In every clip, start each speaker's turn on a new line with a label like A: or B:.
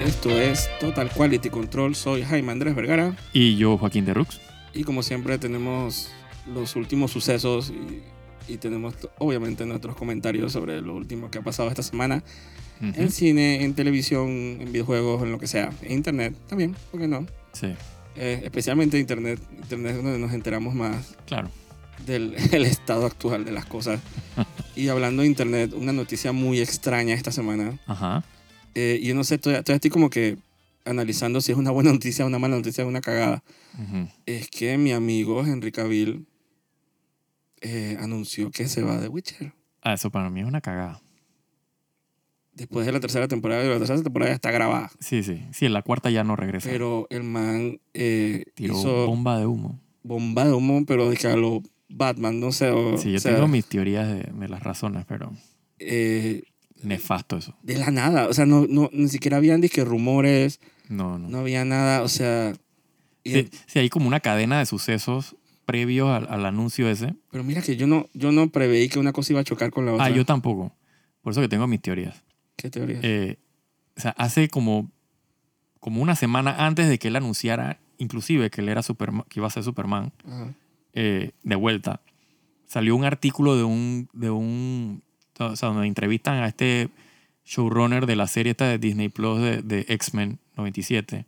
A: Esto es Total Quality Control. Soy Jaime Andrés Vergara.
B: Y yo, Joaquín de Rux.
A: Y como siempre, tenemos los últimos sucesos y, y tenemos, obviamente, nuestros comentarios sobre lo último que ha pasado esta semana
B: Ujú.
A: en cine, en televisión, en videojuegos, en lo que sea. En internet también, ¿por qué no?
B: Sí,
A: Eh, especialmente internet. Internet es donde nos enteramos más
B: claro.
A: del el estado actual de las cosas. Y hablando de internet, una noticia muy extraña esta semana.
B: Ajá.
A: Eh, yo no sé, todavía, todavía estoy como que analizando si es una buena noticia, una mala noticia, una cagada.
B: Ujú.
A: Es que mi amigo Henry Cavill eh, anunció que se va de Witcher.
B: Ah, eso para mí es una cagada.
A: Después de la tercera temporada, y la tercera temporada ya está grabada.
B: Sí, sí. Sí, en la cuarta ya no regresa.
A: Pero el man eh,
B: Tiró
A: hizo
B: bomba de humo.
A: bomba de humo, pero de que a lo Batman, no sé. o-
B: Sí, yo
A: o sea,
B: tengo mis teorías de, de las razones, pero
A: eh,
B: nefasto eso.
A: de la nada. O sea, no, no, ni siquiera habían que rumores.
B: No, no.
A: No había nada, o sea. y-
B: Sí, sí, hay como una cadena de sucesos previos al, al anuncio ese.
A: Pero mira que yo no, yo no preveí que una cosa iba a chocar con la otra.
B: Ah, yo tampoco. Por eso que tengo mis teorías.
A: ¿Qué teoría?
B: Eh, o sea, hace como, como una semana antes de que él anunciara, inclusive que él era Superman, que iba a ser Superman,
A: Ajá.
B: eh, de vuelta, salió un artículo de un, de un, o sea, donde entrevistan a este showrunner de la serie esta de Disney Plus de, de X-Men 97,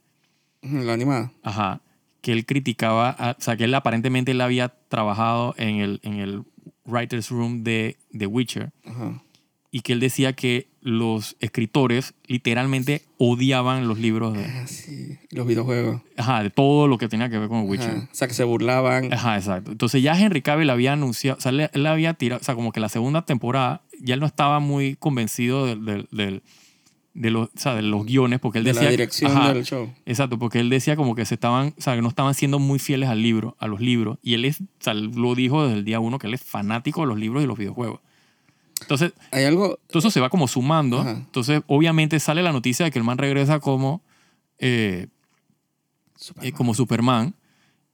A: Ujú, La animada.
B: ajá, que él criticaba, a- o sea, que él aparentemente él había trabajado en el, en el writer's room de The Witcher
A: Ajá.
B: y que él decía que los escritores literalmente odiaban los libros de,
A: Ah, sí. Los videojuegos.
B: ajá, de todo lo que tenía que ver con The Witcher.
A: Ajá. O sea, que se burlaban.
B: Ajá, exacto. Entonces ya Henry Cavill había anunciado, o sea, le- él había tirado, o sea, como que la segunda temporada ya él no estaba muy convencido del, del- del- de, los, o sea, de los guiones, porque él
A: de
B: decía...
A: la dirección
B: ajá,
A: del show.
B: Exacto, porque él decía como que se estaban, o sea, que no estaban siendo muy fieles al libro, a los libros, y él es, o sea, lo dijo desde el día uno que él es fanático de los libros y los videojuegos. Entonces,
A: Hay algo.
B: todo eso se va como sumando.
A: Ajá.
B: Entonces, obviamente sale la noticia de que el man regresa como... eh, eh, como Superman.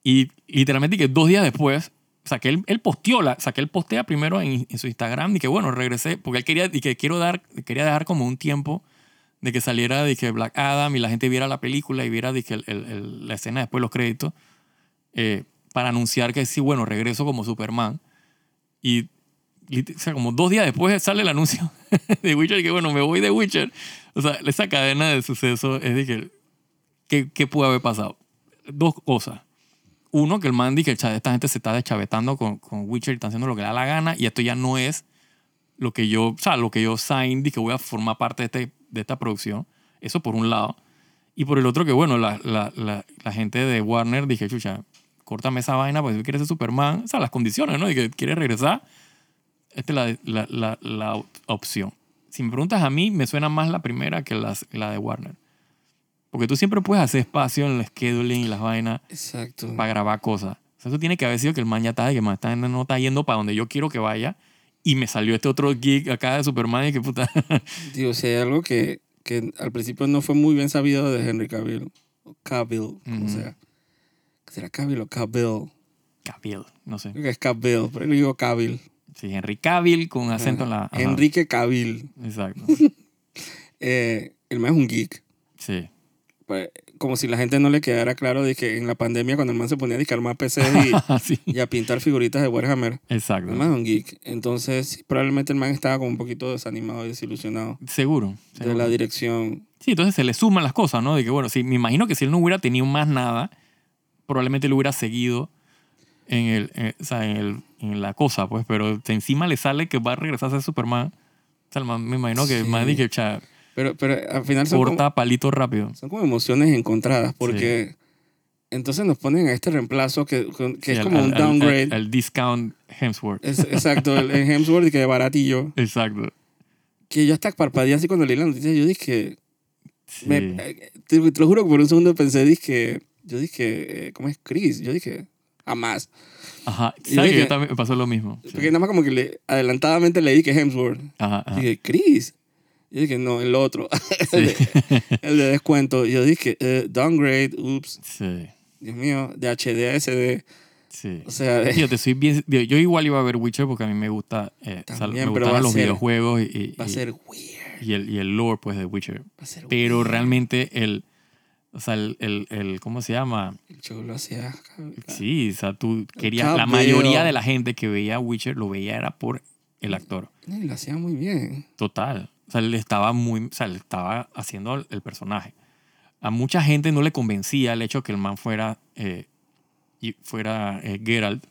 B: Y literalmente que dos días después, o sea, que él, él posteó, la, o sea, que él postea primero en, en su Instagram y que bueno, regresé, porque él quería, y que quiero dar, quería dejar como un tiempo de que saliera de que Black Adam y la gente viera la película y viera de que el- el- el- la escena después de los créditos, eh, para anunciar que sí, bueno, regreso como Superman. Y, lit- o sea, como dos días después sale el anuncio de Witcher y que bueno, me voy de Witcher. O sea, esa cadena de sucesos es de que, ¿qué, qué pudo haber pasado? dos cosas. Uno, que el man dice que "Cha, esta gente se está deschavetando con, con Witcher y están haciendo lo que le da la gana y esto ya no es lo que yo, o sea, lo que yo sign y que voy a formar parte de, este- de esta producción. Eso por un lado. Y por el otro, que bueno, la, la- la- la gente de Warner dije, chucha, córtame esa vaina porque tú quieres ser Superman. O sea, las condiciones, ¿no? Y que quieres regresar. Esta es la, la- la- la op- opción. Si me preguntas a mí, me suena más la primera que las- la de Warner. Porque tú siempre puedes hacer espacio en el scheduling y las vainas
A: Exacto.
B: para grabar cosas. O sea, eso tiene que haber sido que el man ya está, de que man, esta gente no está yendo para donde yo quiero que vaya. Y me salió este otro gig acá de Superman y que puta.
A: Digo, si hay algo que, que al principio no fue muy bien sabido de Henry Cavill. O Cavill, como
B: Ujú.
A: sea. ¿Será Cavill o Cavill?
B: Cavill, no sé.
A: Creo que es Cavill, pero yo digo Cavill.
B: Sí, Henry Cavill con acento en la. ajá.
A: Enrique Cavill.
B: Exacto.
A: Eh, el man es un geek.
B: Sí.
A: pues, como si la gente no le quedara claro de que en la pandemia cuando el man se ponía a discar más PCs
B: sí.
A: y, y a pintar figuritas de Warhammer, el
B: Exacto.
A: man es un geek. Entonces, sí, probablemente el man estaba como un poquito desanimado y desilusionado
B: Seguro.
A: de
B: seguro.
A: la dirección.
B: Sí, entonces se le suman las cosas, ¿no? De que bueno, sí, me imagino que si él no hubiera tenido más nada, probablemente lo hubiera seguido en, el, en- o sea, en, el- en la cosa, pues. Pero encima le sale que va a regresar a ser Superman. O sea, el man- me imagino que el man
A: Sí.
B: dije, "Cha,
A: Pero, pero al final son como,
B: corta palito rápido.
A: son como emociones encontradas porque entonces nos ponen a este reemplazo que, que
B: Sí,
A: es
B: al-
A: como
B: al-
A: un
B: al- al-
A: downgrade.
B: Al, discount Hemsworth.
A: Es- exacto, el, el Hemsworth y que baratillo.
B: Exacto.
A: Que yo hasta parpadeé así cuando leí la noticia. Yo dije,
B: Sí.
A: Me- eh, te, te lo juro que por un segundo pensé, dije, yo dije, eh, ¿cómo es Chris? Yo dije, jamás.
B: Ajá.
A: yo
B: ¿Sabes que
A: dije-
B: yo también me pasó lo mismo? Sí.
A: Porque nada más como que le, adelantadamente le dije Hemsworth.
B: Ajá, ajá.
A: Dije, Chris. Yo dije, no, el otro. el, este de, el de descuento. Yo dije, eh, downgrade, ups,
B: Sí.
A: Dios mío, de HD a SD.
B: Sí.
A: O sea, de-
B: Yo te soy bien. Yo yo igual iba a ver Witcher porque a mí me gusta. eh, o sea,
A: También,
B: me
A: pero va a
B: gustaban los
A: ser-
B: videojuegos y. y-
A: va a
B: y-
A: ser weird.
B: y el, y el lore pues de Witcher.
A: Va a ser
B: Pero
A: bueno.
B: realmente el, o sea, el, el- el- ¿cómo se llama?
A: El show lo hacía.
B: Sí, o sea, tú querías, la
A: chapeo.
B: mayoría de la gente que veía Witcher lo veía era por el actor.
A: Y lo hacía muy bien.
B: Total. O sea, le estaba muy, o sea, le estaba haciendo el- el personaje. A mucha gente no le convencía el hecho que el man fuera, eh, y fuera eh, Geralt.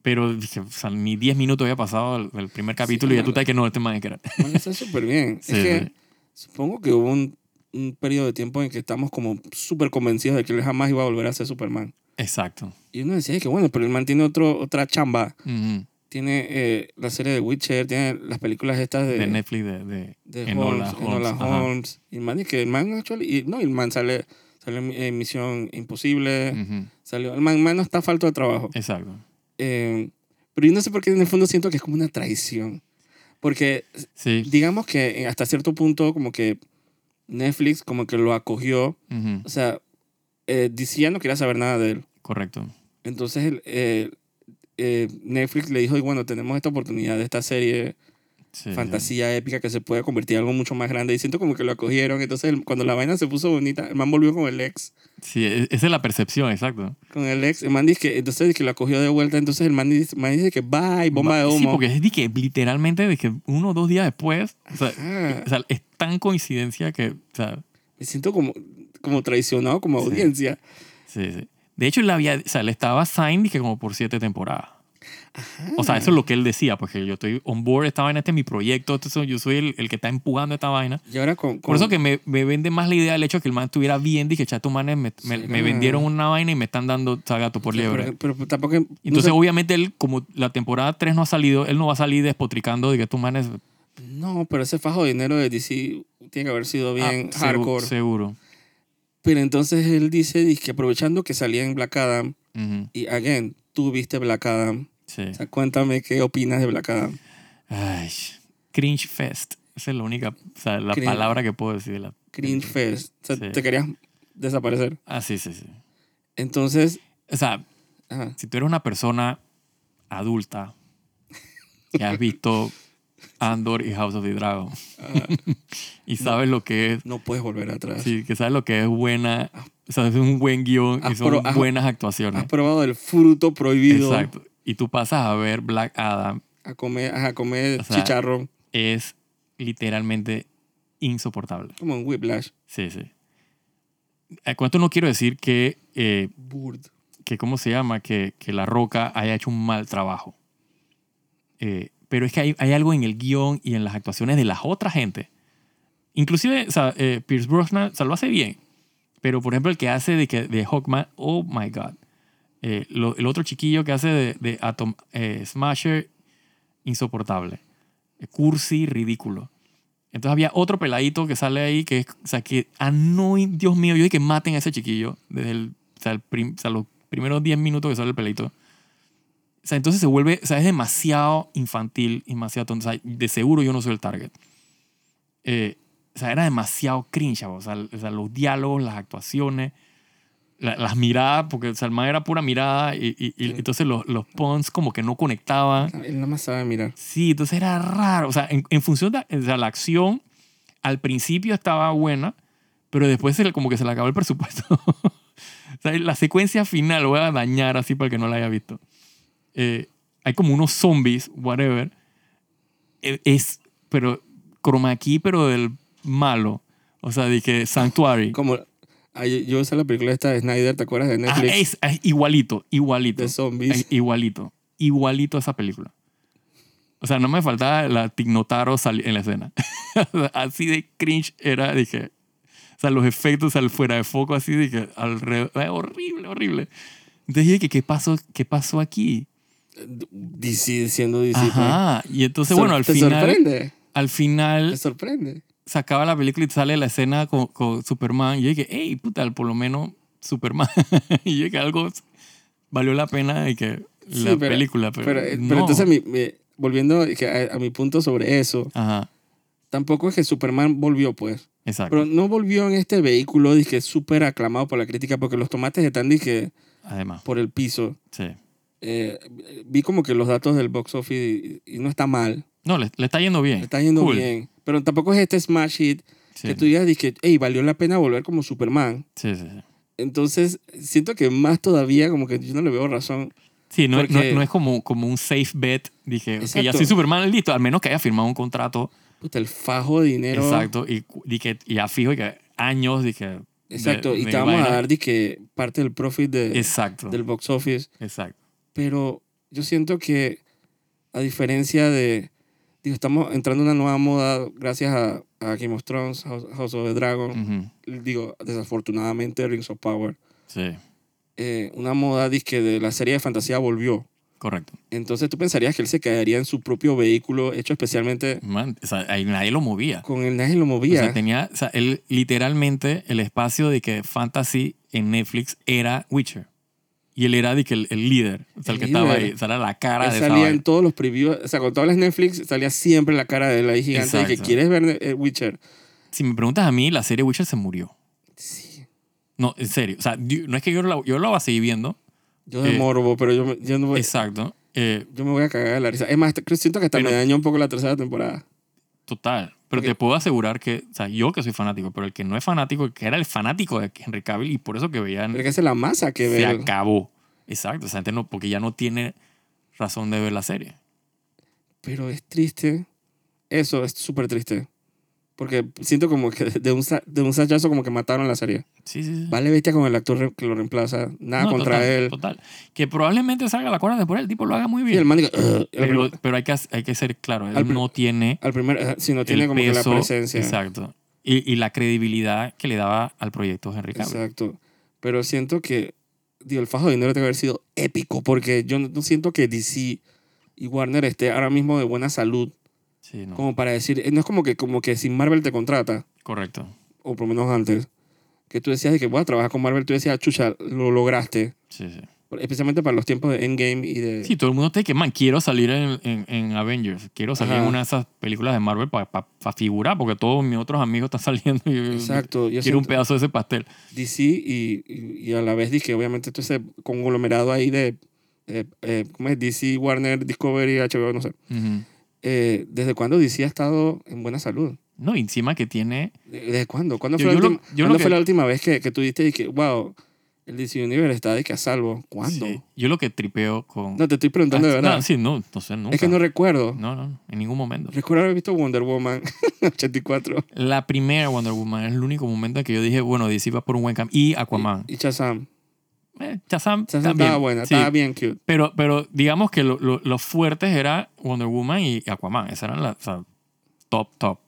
B: Pero dije, o sea, ni 10 minutos había pasado el, el primer capítulo y ya tú
A: claro.
B: estás que no, este man es Geralt.
A: Bueno, lo hacía súper bien.
B: Sí,
A: es que
B: sí.
A: supongo que hubo un, un periodo de tiempo en que estamos como súper convencidos de que él jamás iba a volver a ser Superman.
B: Exacto.
A: Y uno decía que bueno, pero el man tiene otro, otra chamba.
B: Ujú.
A: Tiene eh, la serie de Witcher, tiene las películas estas de,
B: De Netflix, de, de,
A: de
B: Enola
A: Holmes, Enola
B: ajá.
A: Holmes. Y el man, y que el man, actually- y, no, y el man sale, sale en eh, Misión Imposible.
B: Ujú.
A: Salió, el man, man no está falto de trabajo.
B: Exacto.
A: Eh, pero yo no sé por qué en el fondo siento que es como una traición. Porque
B: Sí.
A: digamos que eh, hasta cierto punto como que Netflix como que lo acogió.
B: Ujú.
A: O sea, eh, DC ya no quería saber nada de él.
B: Correcto.
A: Entonces el- eh, eh, Netflix le dijo, "Y bueno, tenemos esta oportunidad de esta serie
B: Sí, sí.
A: fantasía épica que se puede convertir en algo mucho más grande. Y siento como que lo acogieron. Entonces el- cuando la vaina se puso bonita, el man volvió con el ex.
B: Sí, e- esa es la percepción, exacto.
A: Con el ex, el man dice que, entonces que lo acogió de vuelta. Entonces el man dice, man dice que bye, bomba de humo.
B: Sí, porque es de que literalmente de que uno o dos días después, o sea,
A: Ajá.
B: O sea, es tan coincidencia que, o sea,
A: Ah, Me siento como, como traicionado como
B: Sí.
A: audiencia.
B: sí, sí. De hecho, él, había, o sea, él estaba signed que como por siete temporadas. O sea, eso es lo que él decía, porque yo estoy on board esta vaina, este es mi proyecto, esto soy- yo soy el, el que está empujando esta vaina.
A: Y ahora con...
B: Por eso
A: con-
B: que me, me vende más la idea del hecho de que el man estuviera bien, dije, chato, manes, me, me- me
A: Será.
B: vendieron una vaina y me están dando o sea, gato por liebre.
A: Pero, pero tampoco... no
B: Entonces,
A: sé-
B: obviamente, él, como la temporada 3 no ha salido, él no va a salir despotricando de que estos manes... ah,
A: no, pero ese fajo de dinero de DC tiene que haber
B: Ah,
A: sido bien
B: segu-
A: hardcore.
B: Seguro.
A: Pero entonces él dice, dice que aprovechando que salía en Black Adam,
B: Ujú,
A: y again, tú viste Black Adam.
B: sí.
A: O sea, cuéntame qué opinas de Black Adam.
B: Ay, cringe fest. Esa es la única, o sea, la
A: Cringe.
B: palabra que puedo decir. La...
A: Cringe Fest. O sea,
B: Sí.
A: te querías desaparecer.
B: Ah, sí, sí, sí.
A: Entonces...
B: O sea,
A: ajá.
B: si tú eres una persona adulta que has visto Andor y House of the Dragon
A: Ah,
B: y sabes lo que es,
A: no puedes volver atrás.
B: sí, que sabes lo que es buena, o sea, es un buen guión y
A: Has
B: son
A: pro- has-
B: buenas
A: Has
B: actuaciones.
A: probado el fruto prohibido
B: Exacto. Y tú pasas a ver Black Adam,
A: a comer, a comer
B: O sea,
A: chicharrón,
B: es literalmente insoportable.
A: como en Whiplash.
B: Sí, sí. Eh, Con esto no quiero decir que eh,
A: Burd.
B: que cómo se llama, que, que La Roca haya hecho un mal trabajo. Eh, pero es que hay, hay algo en el guión y en las actuaciones de las otras gente. Inclusive, o sea, eh, Pierce Brosnan o sea, lo hace bien. Pero, por ejemplo, el que hace de, que, de Hawkman, oh my God. Eh, lo- el otro chiquillo que hace de, de Atom eh, Smasher, insoportable. Eh, cursi, ridículo. Entonces había otro peladito que sale ahí que es, o sea, que, ah, no, y- Dios mío, yo dije que maten a ese chiquillo desde el, o sea, el prim- o sea, los primeros 10 minutos que sale el peladito. O sea, entonces se vuelve, o sea, es demasiado infantil, y demasiado tonto. O sea, de seguro yo no soy el target. Eh, o sea, era demasiado cringe, chavo. o sea, o sea, los diálogos, las actuaciones, la- las miradas, porque o sea, el man era pura mirada y, y- y
A: Sí.
B: entonces los, los puns como que no conectaban.
A: Él nada más sabe mirar.
B: Sí, entonces era raro. O sea, en, en función de o sea, la acción, al principio estaba buena, pero después se le- como que se le acabó el presupuesto. o sea, la secuencia final lo voy a dañar así para el que no la haya visto. Eh, hay como unos zombies, whatever. Eh, Es, pero, croma key, pero del malo. O sea, de que Sanctuary.
A: Como ah, yo- yo usé la película esta de Snyder, ¿te acuerdas de
B: Ah,
A: Netflix?
B: es, es igualito, igualito.
A: de zombies.
B: Ay, Igualito. Igualito a esa película. O sea, no me faltaba la Tignotaro sali- en la escena. así de cringe era, dije. O sea, los efectos al fuera de foco, así dije, alrededor. eh, Horrible, horrible. Entonces dije, que, ¿qué pasó, qué pasó aquí?
A: DC siendo DC.
B: Ajá. Y
A: pues.
B: entonces, bueno, al
A: Te
B: final,
A: sorprende.
B: al
A: Te
B: final
A: sorprende.
B: sacaba la película y sale la escena con, con Superman. Y yo dije, hey, puta, por lo menos Superman. y yo dije, algo valió la pena y que
A: Sí,
B: la
A: pero-
B: película. Pero,
A: Pero, pero
B: no.
A: entonces, mi- mi- volviendo que a, a mi punto sobre eso,
B: Ajá,
A: tampoco es que Superman volvió, pues.
B: exacto.
A: Pero no volvió en este vehículo, dije, súper aclamado por la crítica, porque los tomates están, dije,
B: Además,
A: por el piso.
B: sí.
A: Eh, vi como que los datos del box office y, y no está mal.
B: No, le, le está yendo bien.
A: Está yendo
B: Cool.
A: bien. Pero tampoco es este smash hit
B: Sí,
A: que tú digas, dije, hey, valió la pena volver como Superman.
B: sí, sí, sí.
A: Entonces, siento que más todavía, como que yo no le veo razón.
B: Sí, no,
A: Porque-
B: no- no es como, como un safe bet. Dije, ok, ya
A: Exacto.
B: soy Superman, listo. Al menos que haya firmado un contrato.
A: Puta, el fajo de dinero.
B: Exacto. Y, cu- y que y ya fijo y que años, dije. de-
A: Exacto. y
B: de
A: te vamos a
B: vaina.
A: dar, dije, parte del profit de,
B: Exacto.
A: del box office.
B: Exacto.
A: Pero yo siento que, a diferencia de. Digo, estamos entrando en una nueva moda gracias a, a Game of Thrones, House, House of the Dragon.
B: Ujú.
A: Digo, desafortunadamente, Rings of Power.
B: Sí,
A: Eh, una moda, dije, de la serie de fantasía volvió.
B: correcto.
A: Entonces tú pensarías que él se caería en su propio vehículo hecho especialmente
B: Man, o sea, ahí nadie lo movía.
A: con el nadie lo
B: O
A: movía.
B: sea, tenía, o sea, Pues él literalmente el espacio de que Fantasy en Netflix era Witcher. Y él era de que el, el líder, o sea, el,
A: El
B: que estaba
A: líder.
B: ahí, o sea, era la cara
A: Él
B: de esa
A: salía en
B: vaina.
A: todos los previews, o sea, con todas las Netflix salía siempre la cara de él ahí gigante de que
B: Exacto.
A: quieres ver eh, Witcher.
B: Si me preguntas a mí, la serie Witcher se murió.
A: Sí.
B: No, en serio. O sea, yo- no es que yo la, yo la voy a seguir viendo.
A: Yo de
B: Eh,
A: morbo, pero yo, me- yo no voy,
B: Exacto. Eh,
A: yo me voy a cagar de la risa. Es más, creo- siento que hasta
B: Pero-
A: me dañó un poco la tercera temporada.
B: total. Pero
A: Ok.
B: te puedo asegurar que, o sea, yo que soy fanático, pero el que no es fanático, el que era el fanático de Henry Cavill y por eso que veían
A: Pero que esa es la masa que
B: Mm. se
A: ve.
B: acabó. Exacto, esa gente no, porque ya no tiene razón de ver la serie.
A: Pero es triste. Eso es súper triste. Porque siento como que de un, sa- de un sachazo como que mataron la serie.
B: Sí, sí, sí.
A: Vale bestia con el actor re- que lo reemplaza. Nada
B: Mm. No,
A: contra
B: total,
A: él.
B: Total. Que probablemente salga la cuarta temporada, el tipo lo haga muy
A: Y el
B: bien.
A: man diga, "Ugh", el
B: pero,
A: primer-
B: pero hay, que, hac- hay que ser claro, él
A: Al prim-
B: no tiene
A: al primer, eh, si no tiene
B: el
A: como que la
B: peso,
A: presencia.
B: Exacto. Y, y la credibilidad que le daba al proyecto Henry Cavill.
A: Exacto. Pero siento que digo, el fajo de dinero debe haber sido épico porque yo no, no siento que DC y Warner esté ahora mismo de buena salud
B: Sí, no,
A: como para decir, eh, no es como que como que si Marvel te contrata
B: correcto.
A: o por lo menos antes que tú decías de que voy a trabajar con Marvel, tú decías, chucha, lo lograste.
B: Sí, sí.
A: Especialmente para los tiempos de Endgame y de...
B: Sí, todo el mundo te dice que, man, quiero salir en, en- en Avengers, quiero salir
A: Ajá.
B: en una de esas películas de Marvel para figurar, porque todos mis otros amigos están saliendo y yo-
A: Exacto. Yo
B: quiero mm, un
A: siento-
B: pedazo de ese pastel.
A: DC y, y, y a la vez dije, obviamente, todo ese conglomerado ahí de eh, eh, ¿cómo es? DC, Warner, Discovery, HBO, no sé.
B: Ujú.
A: Eh, ¿Desde cuándo DC ha estado en buena salud?
B: No, y encima que tiene,
A: ¿De- ¿Desde cuándo? ¿Cuándo
B: Yo-
A: fue, la,
B: yo lo-
A: última,
B: yo lo
A: cuándo
B: que-
A: fue la última vez que, que tú diste y que, wow, el DC Universe está de que a salvo? ¿Cuándo?
B: sí, yo lo que tripeo con...
A: No, te estoy preguntando de
B: Ah,
A: verdad.
B: no, sí, no, no sé, nunca.
A: es que no recuerdo.
B: No, no, en ningún momento.
A: Recuerdo haber visto Wonder Woman 84
B: La primera Wonder Woman es el único momento en que yo dije, bueno, DC va por un buen camino. Y Aquaman.
A: y Shazam.
B: Eh,
A: Shazam
B: Shazam Ah. también.
A: estaba buena,
B: Sí, Pues.
A: estaba bien cute.
B: Pero, pero digamos que lo- lo- los fuertes era Wonder Woman y Aquaman. Esas eran las o sea, top, top.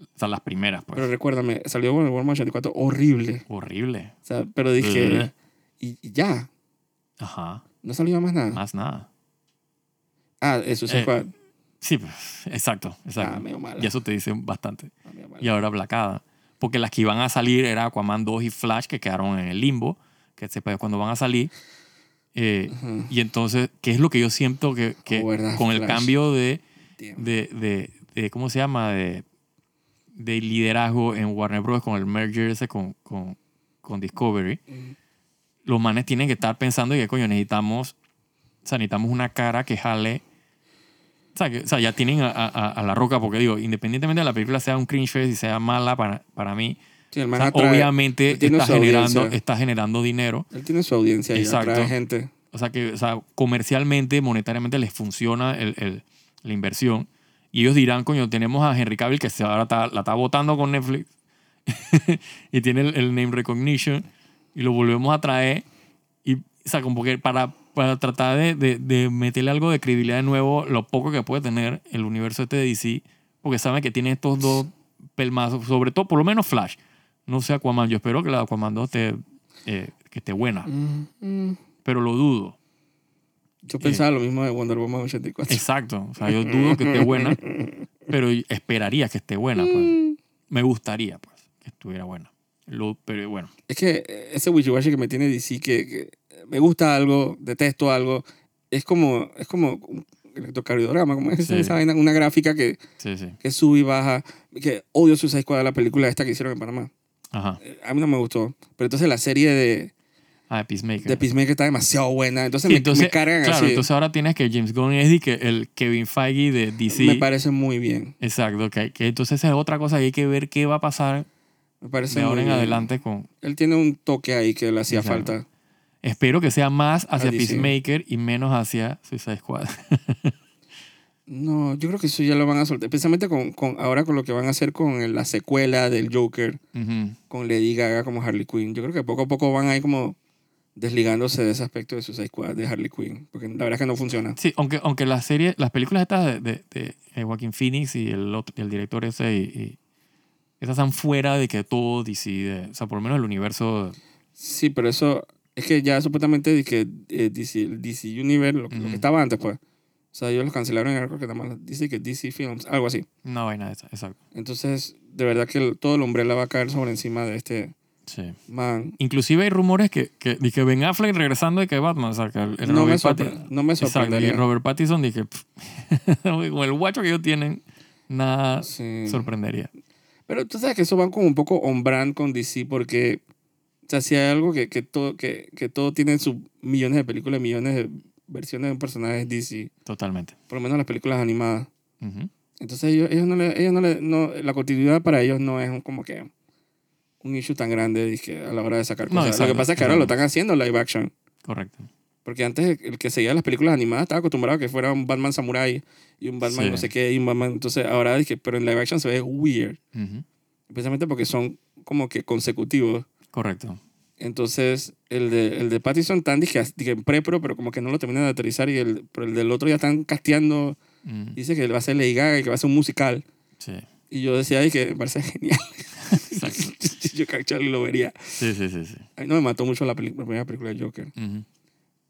B: O sea, las primeras, pues.
A: Pero recuérdame, salió Wonder Woman 84 horrible.
B: Horrible.
A: O sea, pero dije,
B: Bleh.
A: y, y ya,
B: Ajá.
A: no salió más nada.
B: Más nada.
A: Ah, eso
B: Eh,
A: es
B: Sí, pues, exacto,
A: Ah,
B: exacto.
A: medio malo.
B: Y eso te dice bastante.
A: Ah, medio malo.
B: Y ahora Blacada. Porque las que iban a salir era Aquaman 2 y Flash, que quedaron en el limbo. Que sepa cuando van a salir. Eh,
A: Ajá.
B: Y entonces, ¿qué es lo que yo siento que, que
A: Oh, verdad,
B: con el
A: Flash.
B: cambio de,
A: Damn.
B: de, de, de- ¿cómo se llama? De, de liderazgo en Warner Bros. con el merger ese con, con, con Discovery,
A: Ujú.
B: los manes tienen que estar pensando y que, coño, necesitamos, o sea, necesitamos una cara que jale. O sea, que- o sea, ya tienen a, a- a- a la roca, porque digo, independientemente de la película sea un cringe fest y sea mala para, para mí,
A: Sí, el
B: o
A: man
B: sea,
A: atrae-
B: obviamente
A: él tiene
B: está
A: su
B: generando,
A: audiencia.
B: está generando dinero.
A: Él tiene su audiencia y
B: Exacto.
A: atrae gente.
B: O sea, que o sea, comercialmente, monetariamente les funciona el- el- la inversión. Y ellos dirán, coño, tenemos a Henry Cavill que se ahora está- la está votando con Netflix y tiene el, el name recognition y lo volvemos a traer. Y, o sea, como que para, para tratar de, de- de meterle algo de credibilidad de nuevo, lo poco que puede tener el universo este de DC, porque saben que tiene estos dos pelmazos, sobre todo, por lo menos Flash. No sé Aquaman, yo espero que la de Aquaman 2 esté, eh, que esté buena,
A: Mm, mm.
B: pero lo dudo.
A: Yo pensaba lo mismo de Wonder Woman 84.
B: Exacto. O sea, yo dudo que esté buena, pero esperaría que esté buena. Pues.
A: Mm.
B: Me gustaría, pues, que estuviera buena. Lo- pero bueno,
A: Es que eh, ese wishy que me tiene DC, que, que me gusta algo, detesto algo, es como, es como un electrocardiograma, como es
B: Sí.
A: esa vaina, una gráfica que,
B: sí, sí.
A: que sube y baja, que odio su Squad, la película esta que hicieron en Panamá.
B: Ajá.
A: Eh, A mí no me gustó, pero entonces la serie de,
B: Ah, de Peacemaker.
A: De Peacemaker está demasiado buena. Entonces,
B: Sí,
A: me,
B: entonces,
A: me cargan
B: claro,
A: así.
B: entonces ahora tienes que James Gunn es de que el Kevin Feige de DC.
A: Me parece muy bien.
B: Exacto, que, que entonces esa es otra cosa que hay que ver qué va a pasar
A: Me parece
B: de ahora
A: muy
B: en
A: bien.
B: adelante con...
A: Él tiene un toque ahí que le hacía
B: Exacto.
A: falta.
B: Espero que sea más hacia
A: Ah, DC.
B: Peacemaker y menos hacia Suicide Squad.
A: No, yo creo que eso ya lo van a soltar. Precisamente con, con- ahora con lo que van a hacer con el- la secuela del Joker,
B: Ujú.
A: con Lady Gaga como Harley Quinn. Yo creo que poco a poco van ahí como desligándose de ese aspecto de Suicide Squad, de Harley Quinn. Porque la verdad es que no funciona.
B: Sí, aunque, aunque las series, las películas estas de, de, de, eh, Joaquin Phoenix y el, otro- el director ese y, y esas están fuera de que todo DC, de- o sea, por lo menos el universo...
A: Sí, pero eso es que ya supuestamente di que eh, DC, el DC Universe, lo, lo
B: Ujú.
A: que estaba antes, pues. O sea, ellos lo cancelaron en algo que nada más dice que DC Films, algo así.
B: No vaina esa, exacto.
A: Entonces, de verdad que el- todo el umbrella va a caer sobre encima de este
B: Sí.
A: man.
B: Inclusive hay rumores que, que, de que Ben Affleck regresando de que Batman, o sea, que el, el
A: No me,
B: Robert Patti-
A: sorpre- no me
B: Exacto, y
A: sorprendería.
B: Robert Pattinson dije, pff, con el guacho que ellos tienen, nada
A: Sí.
B: sorprendería.
A: Pero tú sabes que eso van como un poco on brand con DC porque, o sea, si hay algo que, que, todo, que, que todo tiene sus millones de películas, millones de versiones de un personaje es DC,
B: Totalmente.
A: por lo menos las películas animadas.
B: Ujú.
A: Entonces ellos, ellos no le, ellos no le, no, la continuidad para ellos no es un- como que un issue tan grande dizque, a la hora de sacar
B: No,
A: cosas. lo
B: exacto,
A: que pasa es que ahora lo
B: exacto.
A: están haciendo live action.
B: Correcto.
A: Porque antes el que seguía las películas animadas estaba acostumbrado a que fuera un Batman Samurai y un Batman
B: Sí.
A: no sé qué y un Batman. Entonces ahora dije, pero en live action se ve weird.
B: Ujú.
A: Precisamente porque son como que consecutivos.
B: Correcto.
A: Entonces el de, el de Pattinson tan dije, dije en prepro, pero como que no lo terminan de aterrizar y el, pero el del otro ya están casteando.
B: Mm,
A: Dice que va a ser Lady Gaga y que va a ser un musical.
B: Sí.
A: Y yo decía, ay, que me parece genial.
B: Exacto.
A: yo cachalo y lo vería.
B: Sí, sí, sí. sí.
A: A mí no me mató mucho la, peli- la primera película de Joker.
B: Ujú.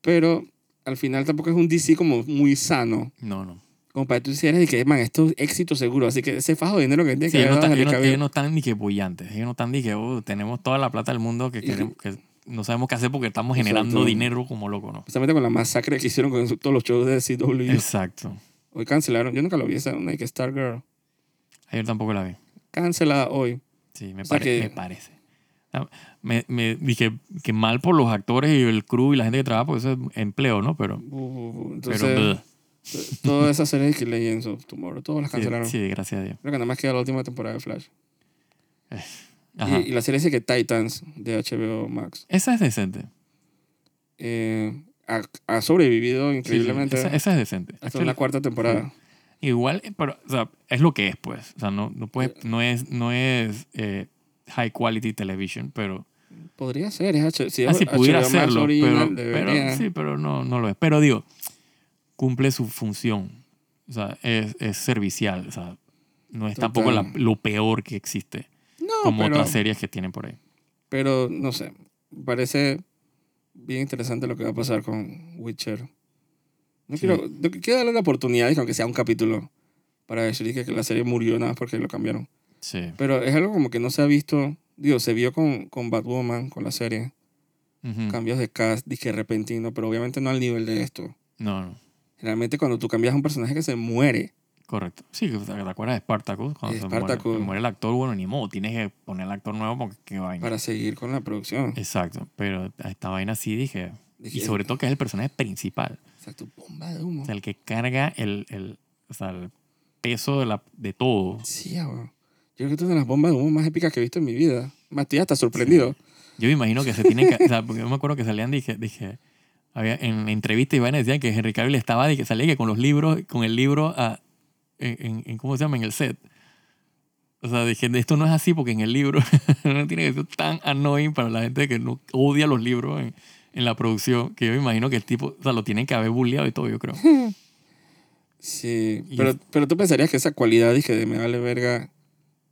A: Pero al final tampoco es un DC como muy sano.
B: No, no.
A: Como para que tú hicieras y que, man, esto es éxito seguro. Así que ese fajo de dinero que tiene
B: Sí,
A: que
B: ellos, no
A: haber dado
B: están,
A: a
B: ellos,
A: Henry
B: no,
A: Cavill.
B: ellos no están ni que bullantes. Ellos no están ni que "Oh, tenemos toda la plata del mundo que,
A: Y-
B: queremos, que no sabemos qué hacer porque estamos
A: Exacto.
B: generando dinero como loco, ¿no?
A: Precisamente con la masacre que hicieron con su- todos los shows de CW.
B: Exacto.
A: Hoy cancelaron. Yo nunca lo vi esa una de que Stargirl.
B: Ayer tampoco la vi.
A: Cancelada hoy.
B: Sí, me,
A: O sea
B: pare-
A: que-
B: me parece. Ah, Me, me dije que mal por los actores y el crew y la gente que trabaja, porque eso es empleo, ¿no? Pero,
A: Bu, bu, bu.
B: pero
A: Entonces,
B: bleh.
A: t- todas esas series que Legends of Tomorrow, todas las
B: Sí,
A: cancelaron.
B: sí, gracias a Dios.
A: Creo que nada más queda la última temporada de Flash.
B: Ajá.
A: Y, y la serie dice que Titans de HBO Max
B: Esa es decente.
A: eh, ha, ha sobrevivido
B: Sí,
A: increíblemente
B: esa, esa es decente.
A: hasta una cuarta temporada.
B: Igual, pero, o sea, es lo que es, pues. O sea, no, no,
A: Eh.
B: puedes- no es, no es eh, high quality television, pero.
A: Podría ser, es H- si
B: Ah,
A: es
B: si pudiera
A: HBO Max
B: hacerlo, pero,
A: original,
B: pero
A: debería.
B: sí, pero no, no lo es. Pero digo, cumple su función. O sea, es, es servicial. O sea, no es
A: Total.
B: tampoco la- lo peor que existe,
A: No,
B: como
A: pero,
B: otras series que tienen por ahí.
A: pero no sé. Parece bien interesante lo que va a pasar con Witcher. No
B: Sí.
A: quiero, no- quiero darle la oportunidad, dije, aunque sea un capítulo, para decir que que la serie murió nada más porque lo cambiaron.
B: Sí.
A: Pero es algo como que no se ha visto. Digo, se vio con, con Batwoman, con la serie.
B: Ujú.
A: Cambios de cast, dije repentino, pero obviamente no al nivel de esto.
B: No, no.
A: Generalmente cuando tú cambias a un personaje que se muere,
B: Correcto. Sí, que- ¿te acuerdas de Spartacus? Cuando se muere-
A: Spartacus.
B: se muere, el actor, bueno, ni modo, tienes que poner el actor nuevo porque qué vaina.
A: para seguir con la producción.
B: Exacto, pero a esta vaina sí dije.
A: Dije,
B: Y sobre todo que es el personaje principal,
A: o sea, tu bomba de humo.
B: o sea, el que carga el, el, o sea, el peso de, la, de todo.
A: Sí, abogado. Yo creo que es una de las bombas de humo más épicas que he visto en mi vida. Matías está sorprendido.
B: Yo me imagino que se tienen que. O sea, porque yo me acuerdo que salían, dije. dije había, en entrevistas y vainas decían que Henry Cavill estaba, de que salía que con los libros, con el libro, a, en, en- en- ¿cómo se llama? En el set. O sea, dije, esto no es así porque en el libro no tiene que ser tan annoying para la gente que no odia los libros en, en la producción, que yo me imagino que el tipo, o sea, lo tienen que haber bulleado y todo, yo creo.
A: Sí,
B: Y
A: pero,
B: es-
A: pero tú pensarías que esa cualidad, dije, de me vale verga,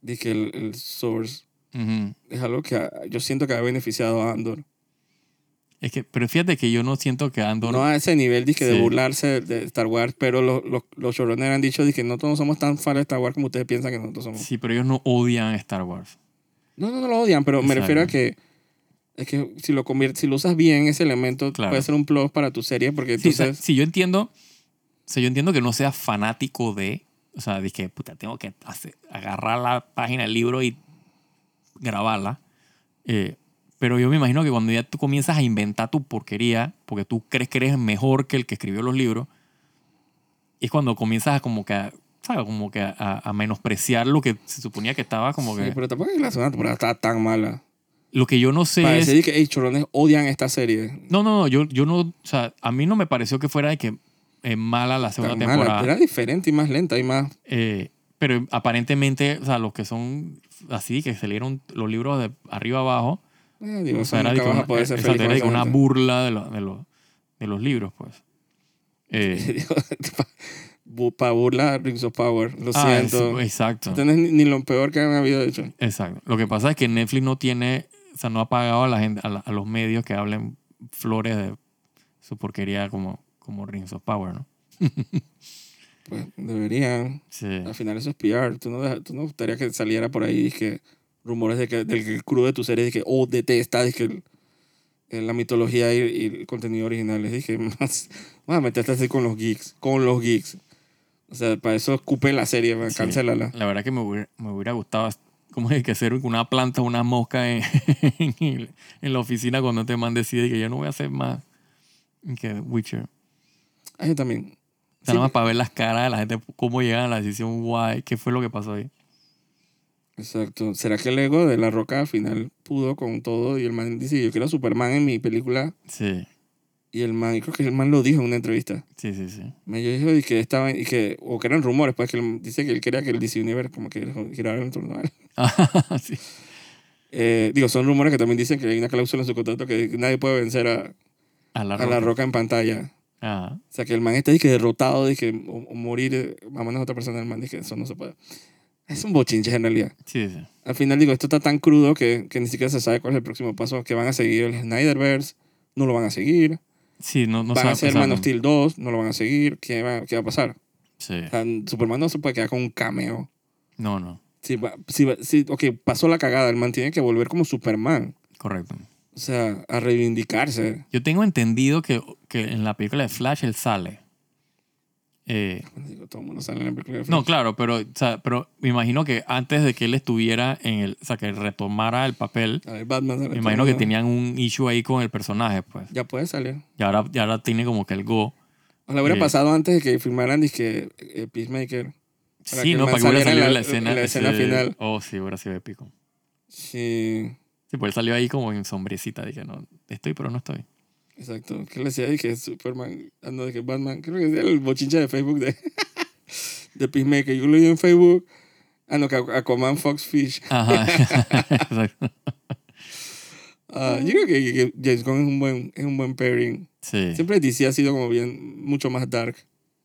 A: dije, el, el source,
B: Ujú.
A: es algo que ha- yo siento que ha beneficiado a Andor.
B: Es que, pero fíjate que yo no siento que Andor.
A: No a ese nivel, dije, de
B: Sí.
A: burlarse de Star Wars, pero los, los, los showrunners han dicho, dije, no todos somos tan fans de Star Wars como ustedes piensan que nosotros somos.
B: Sí, pero ellos no odian Star Wars.
A: No, no, no lo odian, pero me
B: Exacto.
A: refiero a que es que si lo convier- si lo usas bien, ese elemento
B: Claro.
A: puede ser un plus para tu serie, porque
B: Sí, o sea,
A: entonces...
B: sí, yo entiendo. O sea, yo entiendo que no seas fanático de. O sea, de que, puta, tengo que hacer- agarrar la página del libro y grabarla. Eh, Pero yo me imagino que cuando ya tú comienzas a inventar tu porquería, porque tú crees que eres mejor que el que escribió los libros, es cuando comienzas a como que a, ¿sabes? Como que a, a- a menospreciar lo que se suponía que estaba como
A: Sí,
B: que...
A: pero tampoco es que la segunda temporada está tan mala.
B: Lo que yo no sé
A: Para
B: es...
A: decir que, hey, chorones odian esta serie.
B: No, no, no, yo, yo no... O sea, a mí no me pareció que fuera de que eh, mala la segunda
A: Tan
B: temporada.
A: mala. Era diferente y más lenta y más...
B: Eh, pero aparentemente, o sea, los que son así, que se leyeron los libros de arriba abajo,
A: eh, digo,
B: o
A: o sea,
B: sea, era
A: nunca
B: de que
A: vas
B: una,
A: a poder ser
B: exacto,
A: feliz
B: era
A: con
B: de que
A: esa
B: una
A: gente.
B: burla de, lo- de, lo- de los libros, pues. Eh,
A: Para burlar Rings of Power. Lo
B: ah, es-
A: siento.
B: exacto,
A: Entonces, ni, ni lo peor que han habido, de hecho.
B: exacto. Lo que pasa es que Netflix no tiene, o sea, no ha pagado a, la gente, a, la- a los medios que hablen flores de su porquería como, como Rings of Power, ¿no?
A: Pues deberían.
B: Sí.
A: Al final eso es PR. Tú no, deja- tú no gustaría que saliera por ahí que rumores de que, del que el crew de tu serie que oh, detesta dizque, el- eh, la mitología y, y el contenido original. Les dije, más, más meterte así con los geeks. Con los geeks. O sea, para eso escupe la serie, man,
B: Sí.
A: cancélala.
B: La verdad que me hubiera, me hubiera gustado como de que hacer una planta, una mosca en, en, la oficina cuando te man decide que yo no voy a hacer más que Witcher.
A: Ah, yo también.
B: O sea, nada más para ver las caras de la gente, cómo llegan a la decisión, guay, qué fue lo que pasó ahí.
A: Exacto. ¿Será que el ego de La Roca al final pudo con todo y el man dice, yo quiero a Superman en mi película?
B: Sí,
A: Y el man, creo que el man lo dijo en una entrevista.
B: sí, sí, sí.
A: Me dijo y que estaba y que o que eran rumores, pues que él dice que él quería que el DC Universe como que girara en torno a él.
B: Sí.
A: Eh, digo, son rumores que también dicen que hay una cláusula en su contrato que nadie puede vencer a,
B: A la
A: a la
B: roca. Ah,
A: roca en pantalla.
B: Ajá.
A: O sea, que el man está que derrotado, dije, o, o morir eh, a manos de otra persona, el man dije, eso no se puede. Es un bochinche en realidad.
B: Sí, sí.
A: Al final, digo, esto está tan crudo que, que ni siquiera se sabe cuál es el próximo paso, que van a seguir el Snyderverse, no lo van a seguir,
B: Sí, no, no
A: van a
B: sabe-
A: hacer
B: sabe-
A: Man of Steel 2, no lo van a seguir, ¿qué va, qué va a pasar?
B: Sí.
A: O sea, Superman no se puede quedar con un cameo.
B: No, no.
A: Si, va- si, va- si, ok, pasó la cagada, el man tiene que volver como Superman.
B: Correcto.
A: O sea, a reivindicarse.
B: Yo tengo entendido que, que en la película de Flash él sale. Eh,
A: Digo, todo el mundo sale en la película de
B: No,
A: Flash.
B: claro, pero, o sea, pero me imagino que antes de que él estuviera en el, o sea, que retomara el papel,
A: A ver, Batman sale
B: me
A: todo
B: imagino que
A: el mundo.
B: tenían un issue ahí con el personaje, pues.
A: Ya puede salir.
B: Y ahora, y ahora tiene como que el go.
A: O la hubiera
B: Sí.
A: pasado antes de que firmaran dizque, eh, Peacemaker. Para que
B: Sí,
A: el
B: ¿no?
A: man
B: Para que hubiera
A: saliera
B: salido
A: en
B: en
A: la-
B: la escena,
A: en la escena
B: sí.
A: final.
B: Oh, sí, hubiera sido épico.
A: Sí,
B: Sí, pues él salió ahí como en sombrecita. Dije, no, estoy, pero no estoy.
A: exacto. ¿Qué le decía? Dije Superman. Ah, no, dije Batman. Creo que era el bochincha de Facebook de, de Peacemaker. Yo lo vi en Facebook. Ah, no, que Aquaman Fox Fish.
B: Ajá. Exacto.
A: Ah, yo creo que, que James Gunn es un buen, es un buen pairing.
B: sí.
A: Siempre DC ha sido como bien, mucho más dark,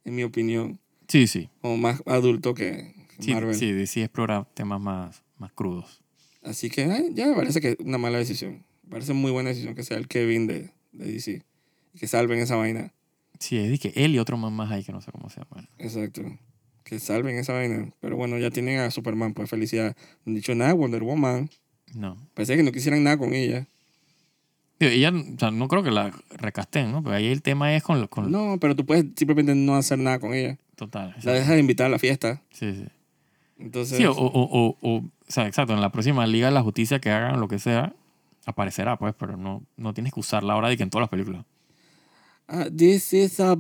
A: en mi opinión.
B: Sí, sí.
A: Como más adulto que
B: Sí,
A: Marvel.
B: sí, DC explora temas más, más crudos.
A: Así que eh, ya me parece que es una mala decisión. Me parece muy buena decisión que sea el Kevin de, de DC. Y que salven esa vaina.
B: Sí, es de que él y otro más más ahí que no sé cómo se llama.
A: Exacto. Que salven esa vaina. Pero bueno, ya tienen a Superman, pues felicidad. No han dicho nada de Wonder Woman.
B: No.
A: Parece que no quisieran nada con ella.
B: Digo, ella, o sea, no creo que la recasten, ¿no? Pero ahí el tema es con, lo- con
A: No, pero tú puedes simplemente no hacer nada con ella.
B: total.
A: La
B: exacto.
A: dejas de invitar a la fiesta.
B: Sí, sí.
A: Entonces,
B: Sí, o, o, o, o- o sea, exacto, en la próxima Liga de la Justicia que hagan lo que sea, aparecerá, pues, pero no, no tienes que usarla ahora de que en todas las películas.
A: ah, this is a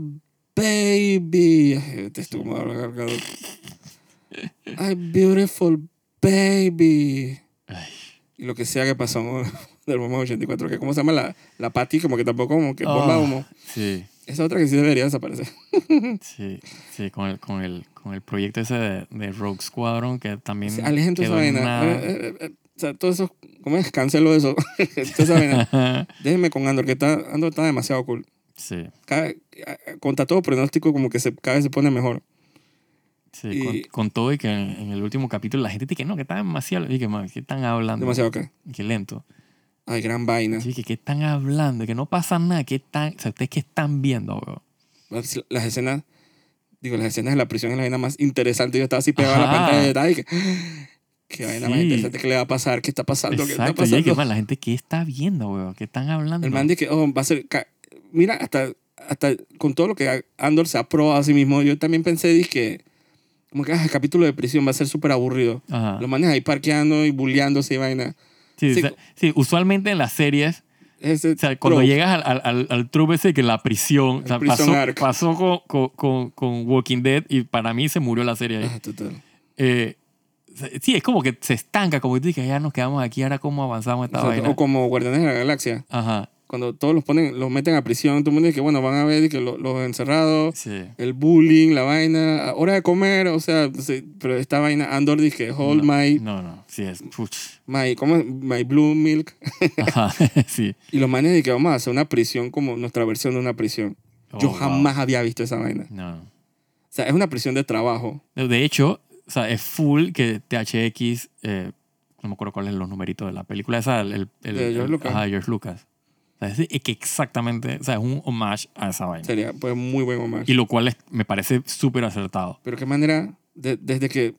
A: baby. Ay, Te estuvo mal cargado. Ay, beautiful baby.
B: Ay.
A: y lo que sea que pasó del Bomba 84, que cómo se llama la, la Patty, como que tampoco como que bomba
B: Ah,
A: humo.
B: Sí,
A: Esa otra que sí debería desaparecer.
B: sí, sí, con el, con el, con el proyecto ese de, de Rogue Squadron que también.
A: Sí, Alejen toda esa
B: quedó en
A: vaina.
B: nada.
A: Eh, eh, eh, o sea, todo eso, ¿cómo es? Cancelo eso. toda esa vaina. Déjenme con Andor, que está, Andor está demasiado cool.
B: sí,
A: Cada- eh, contra todo pronóstico, como que se, cada vez se pone mejor.
B: sí,
A: Y-
B: con, con todo y que en, en el último capítulo la gente dice que no, que está demasiado. Y que, man, ¿qué están hablando?
A: Demasiado acá.
B: Qué lento.
A: Ay, gran vaina.
B: Sí, que ¿qué están hablando? Que no pasa nada. ¿Qué están, o sea, ¿Ustedes qué están viendo, bro?
A: Las, las escenas, digo, las escenas de la prisión es la vaina más interesante. Yo estaba así pegado a la
B: Ajá.
A: pantalla de detalle. Qué vaina más
B: Sí.
A: interesante que le va a pasar, qué está pasando, qué está
B: Exacto. Y
A: pasando.
B: es que, man, la gente, ¿qué está viendo, bro? ¿Qué están hablando?
A: El man dice que oh, va a ser. ca- Mira, hasta, hasta con todo lo que Andor se ha probado a sí mismo, yo también pensé dizque, que. Como que ah, el capítulo de prisión va a ser súper aburrido.
B: Ajá.
A: Los manes ahí parqueando y bulleándose y vaina.
B: Sí,
A: Sí.
B: o sea, sí, usualmente en las series,
A: Ese
B: o sea, cuando
A: trope.
B: llegas al, al, al, al trupe ese que la prisión, o sea,
A: prison
B: pasó,
A: arc.
B: pasó con, con, con- con Walking Dead y para mí se murió la serie ahí.
A: Ah, total.
B: Eh, sí, es como que se estanca, como que tú dices, ya nos quedamos aquí, ahora cómo avanzamos esta
A: O sea,
B: vaina.
A: o como Guardianes de la Galaxia.
B: Ajá,
A: Cuando todos los ponen, los meten a prisión, todo el mundo dice que bueno, van a ver y que lo- los encerrados.
B: sí.
A: el bullying, la vaina, hora de comer, o sea, sí, pero esta vaina, Andor dije, hold
B: no, Mm.
A: my,
B: No, no, sí es. puch.
A: my, ¿cómo es? My blue milk.
B: Ajá, sí.
A: Y los manes dije, vamos a hacer una prisión como nuestra versión de una prisión. Yo
B: Oh, wow.
A: jamás había visto esa vaina.
B: No.
A: O sea, es una prisión de trabajo.
B: De de hecho, o sea, es full que THX, eh, no me acuerdo cuáles son los numeritos de la película, esa, el, el, el-
A: De George
B: el-
A: Lucas.
B: Ajá, de George Lucas. O sea, es, es que exactamente, o sea, es un homage a esa vaina.
A: Sería, pues, muy buen homenaje.
B: Y lo cual es- me parece súper acertado.
A: Pero qué manera, de- desde que,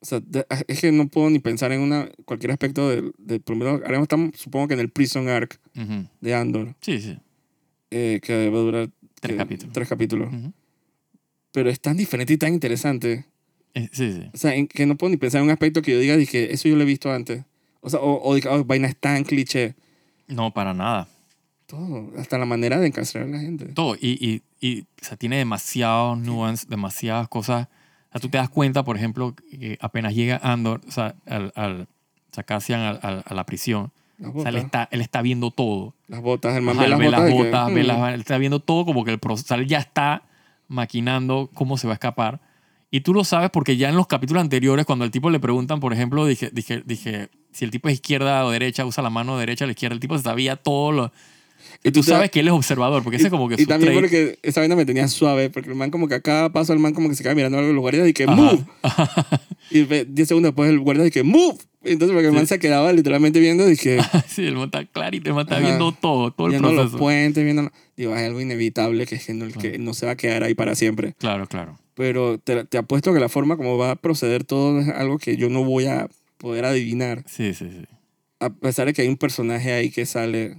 A: o sea, de- es que no puedo ni pensar en una, cualquier aspecto del, del primero, ahora mismo estamos, supongo que en el prison arc
B: Ujú.
A: de Andor,
B: Sí, sí.
A: eh, que va a durar
B: Tres
A: que-
B: capítulos.
A: Tres capítulos.
B: Ujú.
A: Pero es tan diferente y tan interesante.
B: Eh, sí, sí.
A: O sea, en que no puedo ni pensar en un aspecto que yo diga, dije, eso yo lo he visto antes. O sea, o, o diga, "Oh, vaina es tan cliché.
B: No, para nada.
A: Todo, hasta la manera de encarcelar a la gente.
B: Todo. Y, y, y o sea, tiene demasiados nuances, demasiadas cosas. O sea, tú te das cuenta, por ejemplo, que apenas llega Andor, o sea, al, al, o sea, Cassian al- al- a la prisión,
A: Las
B: o sea,
A: botas,
B: él está, él está viendo todo.
A: las botas, el man
B: Ajá,
A: ve las
B: él ve
A: botas.
B: las
A: y que,
B: botas, ve
A: "Mm".
B: las- él está viendo todo como que el proceso, o sea, él ya está maquinando cómo se va a escapar. Y tú lo sabes porque ya en los capítulos anteriores, cuando al tipo le preguntan, por ejemplo, dije, dije, dije si el tipo es izquierda o derecha, usa la mano derecha o la izquierda, el tipo sabía todo lo...
A: Y
B: Tú
A: te-
B: sabes que él es observador, porque ese es como que
A: Y
B: su
A: también
B: trait.
A: porque esa vaina me tenía suave, porque el man como que a cada paso el man como que se queda mirando a los guardias y que
B: Ajá.
A: ¡move! Y ve- 10 segundos después el guardia y que ¡move! Entonces porque el man se quedaba literalmente viendo y que
B: sí, el man está clarito, el man está
A: Ajá.
B: viendo todo, todo el
A: viendo los
B: proceso.
A: puentes, viendo... Digo, hay algo inevitable que es que no, que no se va a quedar ahí para siempre.
B: Claro, claro.
A: pero te, te apuesto que la forma como va a proceder todo es algo que yo no voy a poder adivinar,
B: Sí, sí, sí.
A: a pesar de que hay un personaje ahí que sale,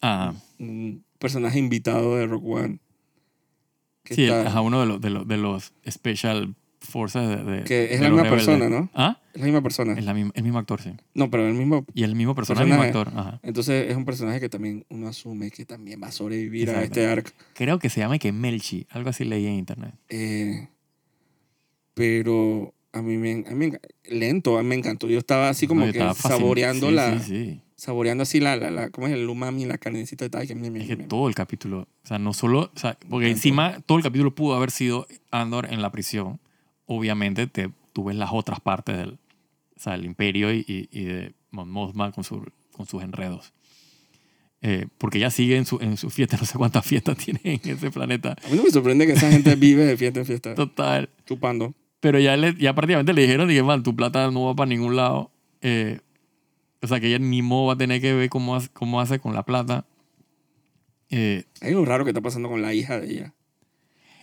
B: Ajá.
A: un personaje invitado de Rock One. Que,
B: Sí, el-
A: está-
B: ajá, uno de los, de los, de los Special Forces de... de-
A: que es
B: de
A: la
B: los
A: misma
B: rebeldes.
A: persona, ¿no?
B: ¿Ah?
A: Es la misma persona.
B: Es la misma- el mismo actor, sí.
A: No, pero el mismo...
B: Y el mismo personaje, el mismo actor. Ajá.
A: Entonces es un personaje que también uno asume que también va a sobrevivir a
B: Exacto.
A: este arc.
B: Creo que se llama que Melchi, algo así leí en internet.
A: Eh, pero a mí, me, a mí me- lento, a mí me encantó. Yo estaba así como
B: No, yo
A: que
B: estaba fascin-
A: saboreando
B: Sí,
A: la...
B: Sí, sí.
A: Saboreando así la, la, la- ¿Cómo es el umami, la carnecita y tal? Que me- me-
B: Es que
A: me-
B: todo el capítulo, o sea, no solo, o sea, porque
A: Tanto.
B: encima todo el capítulo pudo haber sido Andor en la prisión. Obviamente te, tú ves las otras partes del, o sea, del imperio y, y- y de Mon Mothma con, su- con sus enredos. Eh, porque ya sigue en su, en su fiesta, no sé cuántas fiestas tiene en ese planeta.
A: A mí no me sorprende que esa gente vive de fiesta en fiesta,
B: Total.
A: chupando.
B: Pero ya, le, ya prácticamente le dijeron, dije, man, tu plata no va para ningún lado. Eh, o sea, que ella ni mo va a tener que ver cómo hace, cómo hace con la plata. Eh,
A: Hay algo raro que está pasando con la hija de ella.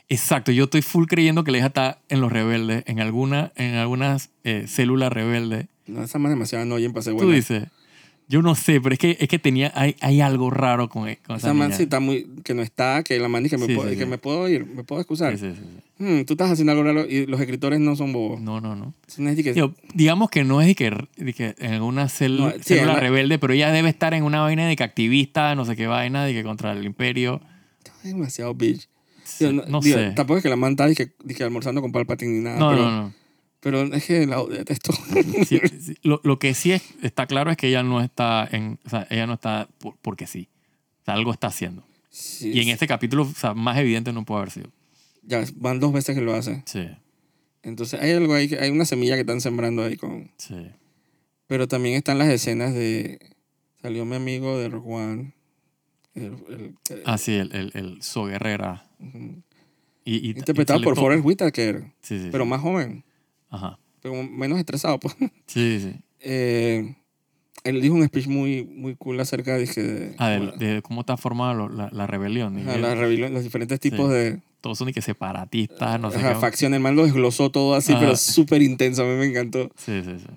B: exacto, yo estoy full creyendo que la hija está en los rebeldes, en, alguna, en algunas eh, células rebeldes.
A: No, esa más demasiado no para ser
B: Tú
A: buena.
B: dices, yo no sé, pero es que, es que tenía, hay, hay algo raro con, e, con esa,
A: Esa man
B: niña.
A: sí está muy... Que no está, que la man dice que me,
B: Sí,
A: puedo,
B: sí,
A: que
B: sí.
A: me puedo ir, me puedo excusar.
B: Sí, sí, sí, Mm. sí.
A: Hmm, tú estás haciendo algo raro y los escritores no son bobos.
B: No, no, no.
A: Son gente que-
B: Digo, digamos que no es de que, de que en alguna cel-
A: No, sí,
B: célula
A: en la-
B: rebelde, pero ella debe estar en una vaina de que activista, no sé qué vaina, de que contra el imperio.
A: está demasiado bitch.
B: Sí,
A: Digo,
B: no,
A: digo,
B: sé.
A: Tampoco es que la man está dizque- dizque almorzando con Palpatine ni nada.
B: No,
A: pero,
B: no, no.
A: pero es que la detesto.
B: Sí, sí. Lo, lo que sí es- está claro es que ella no está en. O sea, ella no está por- porque sí. O sea, algo está haciendo.
A: Sí,
B: Y en este capítulo, o sea, más evidente no puede haber sido.
A: Ya van dos veces que lo hace.
B: Sí,
A: Entonces hay algo ahí, que- hay una semilla que están sembrando ahí con...
B: sí.
A: Pero también están las escenas de. Salió mi amigo de Rock One. el- el- el-
B: Ah, sí, el, el, el So Guerrera.
A: ujú,
B: Y, Ah, y- y
A: interpretado
B: sale
A: por
B: todo.
A: Forrest Whitaker,
B: Sí, sí.
A: pero más joven,
B: Ajá.
A: pero como menos estresado. Pues.
B: Sí, sí.
A: Eh, él dijo un speech muy, muy cool acerca de, que de-
B: Ah, del-
A: como
B: de, cómo está formada lo- la, la rebelión.
A: la-
B: y
A: ajá,
B: que
A: las rebeliones, los diferentes tipos
B: Sí.
A: de
B: Todos son y que separatistas, no sé
A: ajá,
B: qué.
A: facciones. El man lo desglosó todo así,
B: Ajá.
A: pero súper intenso. A mí me encantó.
B: Sí, sí, sí.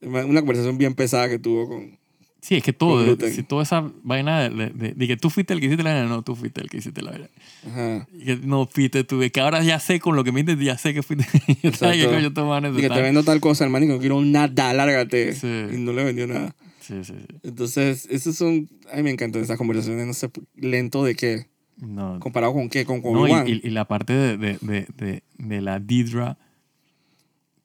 A: El man- Una conversación bien pesada que tuvo con,
B: Sí, es que todo,
A: Con gluten.
B: si toda esa vaina de, de- de- de que tú fuiste el que hiciste la vaina, no, tú fuiste el que hiciste la vaina.
A: Ajá.
B: Y que, no, fuiste tú, es que ahora ya sé con lo que me dices, ya sé que fuiste. yo
A: Exacto.
B: sabía que coño te van a
A: Y que te
B: necesitar.
A: vendo tal cosa, hermano, y que no quiero nada, lárgate.
B: Sí.
A: Y no le vendió nada.
B: Sí, sí, sí.
A: Entonces, esos son. Ay, me encantan esas conversaciones, no sé, lento de qué.
B: No,
A: Comparado con qué, con, con
B: No, y-
A: Obi-Wan.
B: y, y la parte de, de, de, de, de la Didra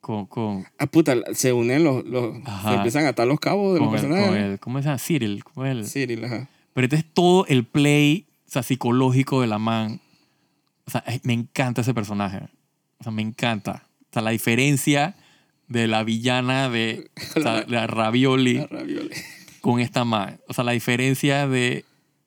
B: con, con,
A: Ah, puta, se unen los. los
B: Ajá.
A: se empiezan a atar los cabos de los
B: con, el, con
A: personajes.
B: el- ¿cómo se llama? Cyril. ¿cómo es el?
A: Cyril, ajá.
B: Pero este es todo el play o sea, psicológico de la man. O sea, ay, me encanta ese personaje. O sea, me encanta. O sea, la diferencia de la villana de, o sea, de la Ravioli
A: La ravioli.
B: con esta man. O sea, la diferencia de...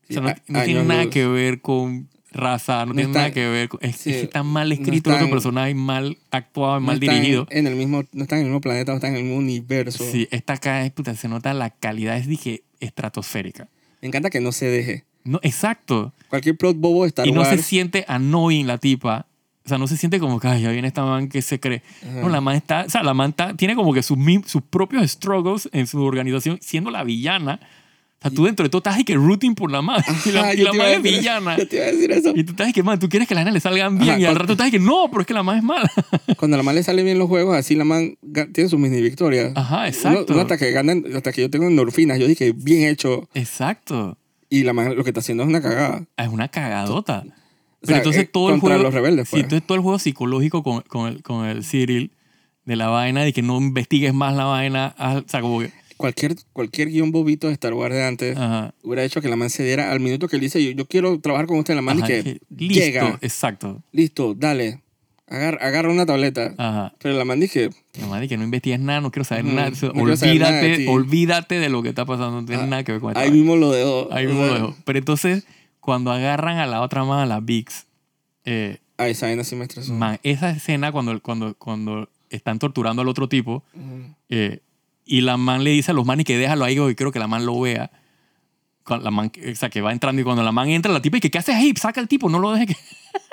B: O sea, no,
A: Sí,
B: no
A: a-
B: tiene
A: años
B: nada
A: luz.
B: que ver con raza, no,
A: No
B: tiene
A: está-
B: nada que ver con... Es,
A: sí,
B: es que está mal
A: no
B: escrito el
A: están-
B: otro personaje, mal actuado, y
A: No
B: mal
A: están
B: dirigido.
A: En el mismo, no están en el mismo planeta, no están en el mismo universo.
B: Sí, esta acá es, puta, se nota la calidad, es dije, estratosférica.
A: Me encanta que no se deje.
B: No, exacto.
A: Cualquier plot bobo de Star
B: y no se
A: Wars.
B: siente annoying la tipa. O sea, no se siente como que, ay, ya viene esta man que se cree.
A: Ajá.
B: No, la man está, o sea, la man está- tiene como que sus, mi- sus propios struggles en su organización, siendo la villana. O sea, tú dentro de todo estás y que rooting por la man. y la,
A: Ajá,
B: y
A: yo
B: la
A: te iba
B: man
A: a
B: es
A: decir-
B: villana.
A: Yo te iba a decir eso.
B: Y tú estás y que, man, tú quieres que las nenas le salgan bien.
A: Ajá,
B: y al
A: con-
B: rato estás y que, no, pero es que la man es mala.
A: Cuando a la man le salen bien los juegos, así la man ga- tiene sus mini victorias.
B: Ajá,
A: Uno,
B: Ah, exacto.
A: uno hasta que ganan, hasta que yo tengo endorfinas, yo dije, bien hecho.
B: exacto.
A: Y la man lo que está haciendo es una cagada.
B: Ah, Es una cagadota.
A: O
B: Pero
A: sea,
B: entonces
A: eh,
B: todo el
A: contra
B: juego.
A: los rebeldes,
B: sí,
A: pues.
B: entonces todo el juego psicológico con, con el, con el Cyril de la vaina, de que no investigues más la vaina. haz- o sea, como que.
A: Cualquier, cualquier guión bobito de Star Wars de antes
B: Ajá.
A: hubiera hecho que la man se diera al minuto que le dice, yo, yo quiero trabajar con usted, la man
B: Ajá,
A: y que,
B: que- listo,
A: llega,
B: exacto.
A: listo, dale, agar- agarra una tableta.
B: Ajá.
A: Pero la man dije,
B: La madre que no investigues nada, no quiero saber
A: Mm,
B: nada. o sea,
A: no quiero saber nada de
B: olvídate,
A: ti.
B: olvídate de lo que está pasando, no tiene
A: Ah,
B: nada que ver con esta
A: ahí
B: vaina.
A: mismo lo dejó.
B: Ahí
A: O
B: mismo lo
A: sea,
B: dejo. Pero entonces, cuando agarran a la otra más, a la Vix, eh,
A: Ay, esa vaina sí me estresó.
B: man, esa escena cuando, cuando, cuando están torturando al otro tipo,
A: Ujú.
B: Eh, y la man le dice a los manes que déjalo ahí, y creo que la man lo vea. Cuando La man, o sea, que va entrando y cuando la man entra, la tipa y que, ¿qué haces ahí? Saca al tipo, no lo dejes que...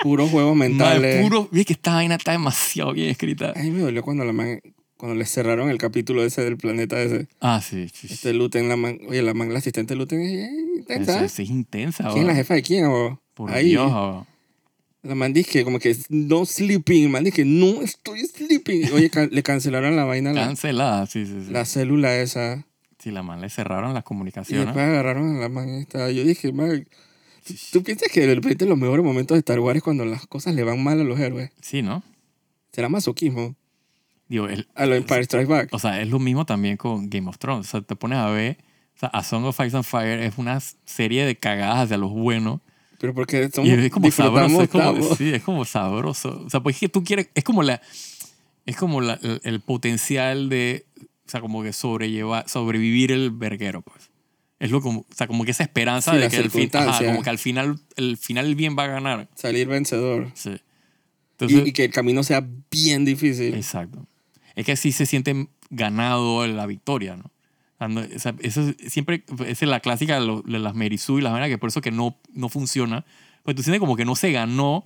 A: Puros juegos mentales.
B: Madre, puro, es que esta vaina está demasiado bien escrita.
A: eh. Ay, me dolió cuando la man, cuando le cerraron el capítulo ese del planeta ese.
B: Ah, sí. sí, sí.
A: Este Luten, la man, oye, la man, la asistente de Luten es bien
B: Esa-
A: intensa. ¿eh?
B: esa es intensa,
A: ¿Quién es la
B: bro.
A: jefa de quién, bro?
B: Por
A: Ahí. eh,
B: Dios, oh, bro.
A: La man dice como que no sleeping. La man dice no estoy sleeping. Oye, can- le cancelaron la vaina, la,
B: Cancelada, sí, sí, sí.
A: la célula esa.
B: Sí, la man le cerraron las
A: Y
B: comunicaciones.
A: después agarraron a la man esta. Yo dije, man, ¿tú- ¿tú piensas que de repente los mejores momentos de Star Wars es cuando las cosas le van mal a los héroes?
B: Sí, ¿no?
A: ¿Será masoquismo?
B: Digo, el,
A: A los Empire Strikes Back.
B: O sea, es lo mismo también con Game of Thrones. O sea, te pones a ver, o sea, A Song of Ice and Fire es una serie de cagadas hacia los buenos.
A: Pero porque somos,
B: Y es como sabroso,
A: disfrutamos
B: es como,
A: estamos.
B: sí, es como sabroso. O sea, pues es que tú quieres, es como la, es como la- el, el potencial de, o sea, como que sobrellevar, sobrevivir el verguero, pues. Es lo como, o sea, como que esa esperanza
A: Sí,
B: de
A: la
B: que al fin, ajá,
A: circunstancia.
B: como que al final, el final el bien va a ganar.
A: Salir vencedor.
B: Sí.
A: Y,
B: Entonces,
A: y que el camino sea bien difícil.
B: Exacto. Es que sí se siente ganado la victoria, ¿no? Ah, no, o sea, eso es- siempre esa es la clásica de, lo- de las Merisú y las vainas que por eso que no, no funciona. Pues tú sientes como que no se ganó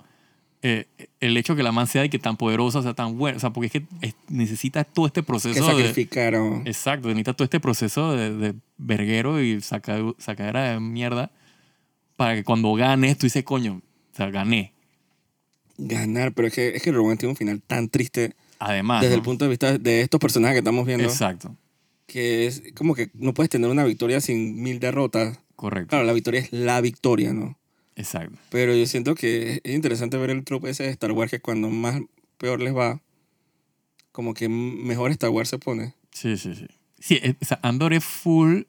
B: eh, el hecho que la man sea y que tan poderosa, sea tan buena. O sea, porque es que es- necesita todo este
A: Que
B: proceso de... eh.
A: sacrificaron.
B: Exacto, necesita todo este proceso de, de verguero y saca, sacadera de mierda para que cuando ganes tú dices, coño, o sea, gané.
A: Ganar. Pero es que, es que Rowan tiene un final tan triste
B: Además.
A: desde
B: ¿no?
A: el punto de vista de estos personajes que estamos viendo.
B: Exacto,
A: Que es como que no puedes tener una victoria sin mil derrotas.
B: correcto.
A: Claro, la victoria es la victoria, ¿no?
B: Exacto.
A: Pero yo siento que es interesante ver el trope ese de Star Wars que cuando más peor les va, como que mejor Star Wars se pone.
B: Sí, sí, sí. Sí, eh, o sea, Andor es full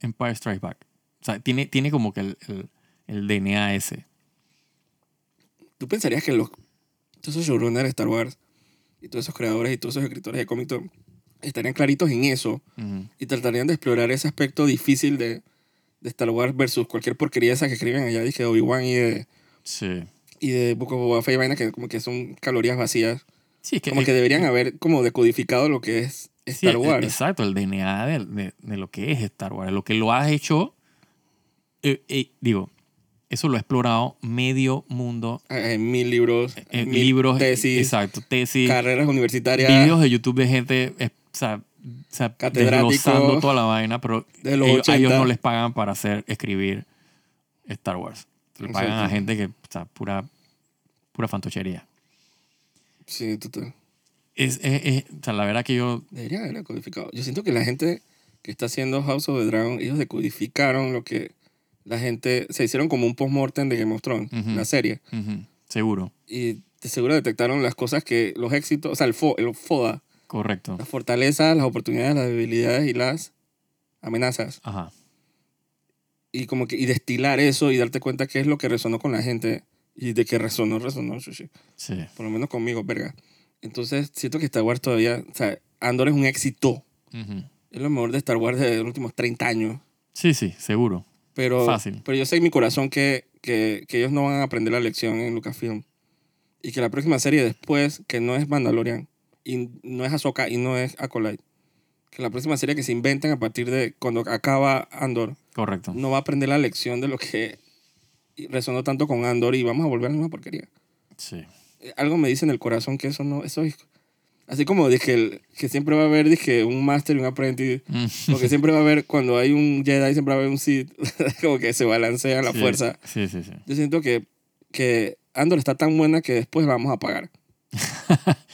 B: Empire Strikes Back. O sea, tiene, tiene como que el, el, el DNA ese.
A: ¿Tú pensarías que los, todos esos showrunners de Star Wars y todos esos creadores y todos esos escritores de cómics to- estarían claritos en eso
B: Ujú.
A: y tratarían de explorar ese aspecto difícil de, de Star Wars versus cualquier porquería esa que escriben allá, dije, de Obi-Wan y de,
B: Sí.
A: y de Book of Boba Fett y vaina que como que son calorías vacías.
B: Sí, es que...
A: Como que deberían haber como decodificado lo que es
B: sí,
A: Star
B: eh,
A: Wars.
B: Exacto, el DNA de, de- de lo que es Star Wars. Lo que lo has hecho... eh, eh, digo, eso lo ha explorado medio mundo.
A: Hay mil libros,
B: eh,
A: mil
B: libros,
A: tesis,
B: exacto, tesis,
A: carreras universitarias.
B: videos de YouTube de gente, eh, o sea, o sea,
A: Catedrático.
B: desglosando toda la vaina, pero
A: De los
B: ellos, a
A: 80.
B: ellos no les pagan para hacer, escribir Star Wars. Le pagan a
A: Exacto.
B: gente que, o sea, pura, pura fantochería.
A: Sí, total.
B: Es, es- es- o sea, la verdad que yo,
A: Deberían haberlo codificado. Yo siento que la gente que está haciendo House of the Dragon, ellos decodificaron lo que la gente... Se hicieron como un post-mortem de Game of Thrones,
B: Ujú.
A: la serie.
B: ujú, seguro,
A: Y de seguro detectaron las cosas que... Los éxitos, o sea, el, fo- el FODA.
B: correcto.
A: Las fortalezas, las oportunidades, las debilidades y las amenazas.
B: Ajá,
A: Y como que... Y destilar eso y darte cuenta qué es lo que resonó con la gente. Y de qué resonó, resonó, sushi.
B: sí.
A: Por lo menos conmigo, verga. Entonces, siento que Star Wars todavía... O sea, Andor es un éxito.
B: ujú.
A: Es lo mejor de Star Wars de los últimos 30 años.
B: Sí, sí, seguro.
A: Pero,
B: Fácil.
A: pero yo sé en mi corazón que, que, que ellos no van a aprender la lección en Lucasfilm. Y que la próxima serie después, que no es Mandalorian, y no es Ahsoka y no es Acolyte, que la próxima serie que se inventen a partir de cuando acaba Andor,
B: Correcto.
A: no va a aprender la lección de lo que resonó tanto con Andor y vamos a volver a la misma porquería.
B: Sí.
A: Eh, Algo me dice en el corazón que eso no, eso es... Así como dije el- que siempre va a haber dije, un máster y un aprendiz
B: Mm.
A: porque siempre va a haber, cuando hay un Jedi, siempre va a haber un Sith, como que se balancea la
B: Sí,
A: fuerza.
B: Sí, sí, sí.
A: Yo siento que, que Andor está tan buena que después la vamos a pagar.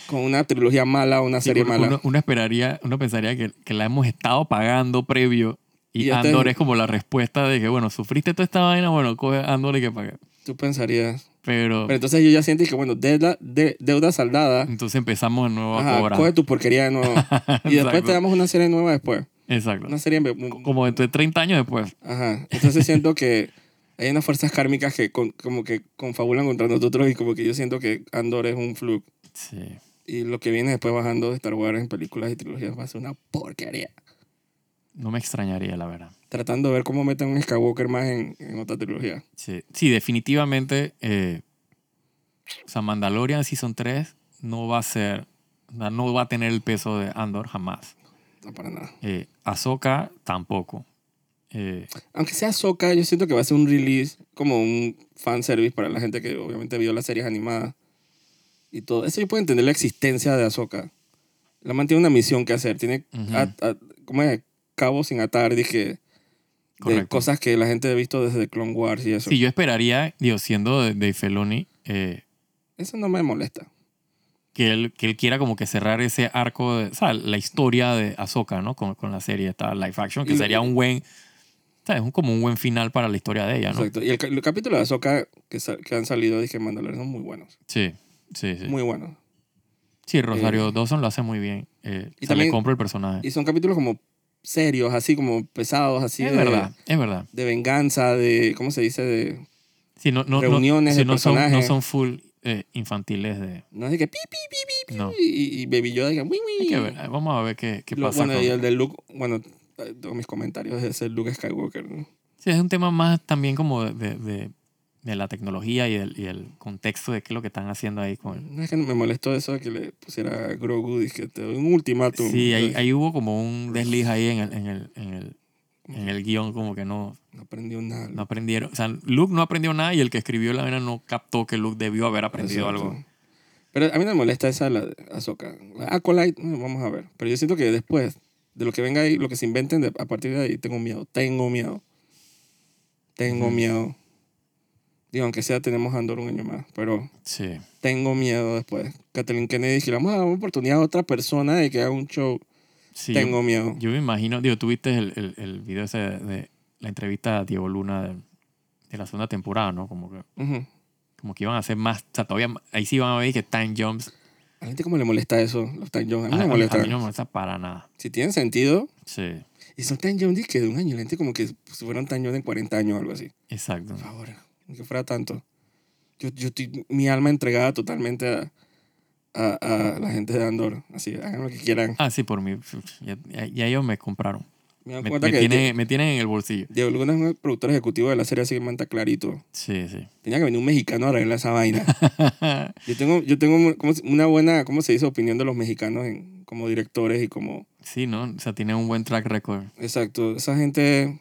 A: Con una trilogía mala, una
B: Sí,
A: serie
B: uno,
A: mala.
B: uno- uno esperaría, uno pensaría que, que la hemos estado pagando previo y,
A: Y este-
B: Andor es como la respuesta de que, bueno, sufriste toda esta vaina, bueno, coge Andor y que pagar.
A: Tú pensarías.
B: Pero
A: Pero entonces yo ya siento que, bueno, deuda, de- deuda saldada.
B: entonces empezamos de nuevo
A: Ajá,
B: a cobrar.
A: coge tu porquería de nuevo. y después
B: Exacto.
A: te damos una serie nueva después.
B: Exacto.
A: Una serie... en-
B: Como de 30 años después.
A: Ajá. Entonces siento que hay unas fuerzas kármicas que con- como que confabulan contra nosotros y como que yo siento que Andor es un fluke.
B: Sí.
A: Y lo que viene después bajando de Star Wars en películas y trilogías va a ser una porquería.
B: No me extrañaría, la verdad.
A: Tratando de ver cómo meten un Skywalker más en, en otra trilogía.
B: Sí, sí definitivamente. Eh, o sea, Mandalorian Season 3 no va a ser. No va a tener el peso de Andor jamás.
A: No para nada.
B: Eh, Ahsoka tampoco. Eh,
A: Aunque sea Soca, yo siento que va a ser un release como un fanservice para la gente que obviamente vio las series animadas y todo. Eso yo puedo entender la existencia de Ahsoka. La man tiene una misión que hacer. Tiene
B: Ujú.
A: a- a- como es cabo sin atar, dije, de
B: Correcto.
A: cosas que la gente ha visto desde Clone Wars y eso.
B: Sí, yo esperaría, digo, siendo de, de Feloni, eh,
A: Eso no me molesta.
B: que, él, que él quiera como que cerrar ese arco, de, o sea, la historia de Ahsoka, ¿no? Con, con la serie, esta live action, que
A: Y-
B: sería un buen, ¿sabes? Un- Como un buen final para la historia de ella, ¿no?
A: Exacto. Y el, ca- el capítulo de Ahsoka que, sa- que han salido, dije, Mandalorian, son muy buenos.
B: Sí, sí, sí.
A: Muy buenos.
B: Sí, Rosario Dawson lo hace muy bien. Eh,
A: Y
B: o sea,
A: también-
B: le compro el personaje.
A: Y son capítulos como serios, así como pesados, así
B: es
A: de,
B: verdad, es verdad.
A: de venganza, de, ¿cómo se dice? De,
B: Sí, no, no, no-
A: Reuniones
B: sí,
A: de
B: no son, no
A: personajes.
B: son full eh, infantiles de...
A: no es de que pi, pi, pi, pi,
B: No.
A: y, y Baby Yoda, dije, "Wii, wii".
B: Hay que ver, eh, vamos a ver qué, qué
A: Lo-
B: pasa.
A: bueno,
B: con-
A: y el de Luke, bueno, eh, todos mis comentarios de ese Luke Skywalker, ¿no?
B: Sí, es un tema más también como de, de- de- de la tecnología y el, y el contexto de qué es lo que están haciendo ahí con el-
A: No es que me molestó eso de que le pusiera a Grogu, dije, te doy un ultimátum.
B: Sí, ahí, ahí hubo como un desliz ahí en el, en el, en el, en el guión, como que no,
A: No aprendió nada.
B: no aprendieron. O sea, Luke no aprendió nada y el que escribió la vaina no captó que Luke debió haber aprendido
A: Exacto.
B: algo.
A: Pero a mí no me molesta esa la de Ahsoka. La Acolyte, mm, vamos a ver. Pero yo siento que después, de lo que venga ahí, lo que se inventen, de- a partir de ahí, tengo miedo. Tengo miedo. Tengo
B: Ujú.
A: miedo. Digo, aunque sea, tenemos Andor un año más. Pero
B: Sí,
A: tengo miedo después. Kathleen Kennedy, que le vamos a dar una oportunidad a otra persona de que haga un show.
B: sí.
A: tengo miedo.
B: Yo, yo me imagino, digo, tuviste el, el, el video ese de, de la entrevista a Diego Luna de, de la segunda temporada, ¿no? Como que,
A: Ujú.
B: como que iban a hacer más, o sea, todavía, más- ahí sí van a ver que time jumps.
A: A la gente cómo le molesta eso, los Tan Jones. A mí no
B: a-
A: me
B: a-
A: molesta.
B: a mí no me molesta para nada.
A: Si tienen sentido.
B: Sí,
A: Y son Tan Jones que de un año. La gente como que si fueran Tan Jones en 40 años o algo así.
B: exacto.
A: Por favor, ni que fuera tanto. Yo, yo estoy mi alma entregada totalmente a, a, a la gente de Andor. Así, hagan lo que quieran.
B: Ah, sí, por mí. Ya, ya- ya ellos me compraron.
A: Me
B: Me,
A: dan
B: me
A: cuenta que
B: tienen, me tienen en el bolsillo.
A: Diego Luna es un productor ejecutivo de la serie, así que manta clarito.
B: Sí, sí.
A: Tenía que venir un mexicano a arreglar esa vaina. Yo tengo, yo tengo un- como si- una buena, ¿cómo se dice? Opinión de los mexicanos en, como directores y como...
B: sí, ¿no? O sea, tienen un buen track record.
A: Exacto, esa gente...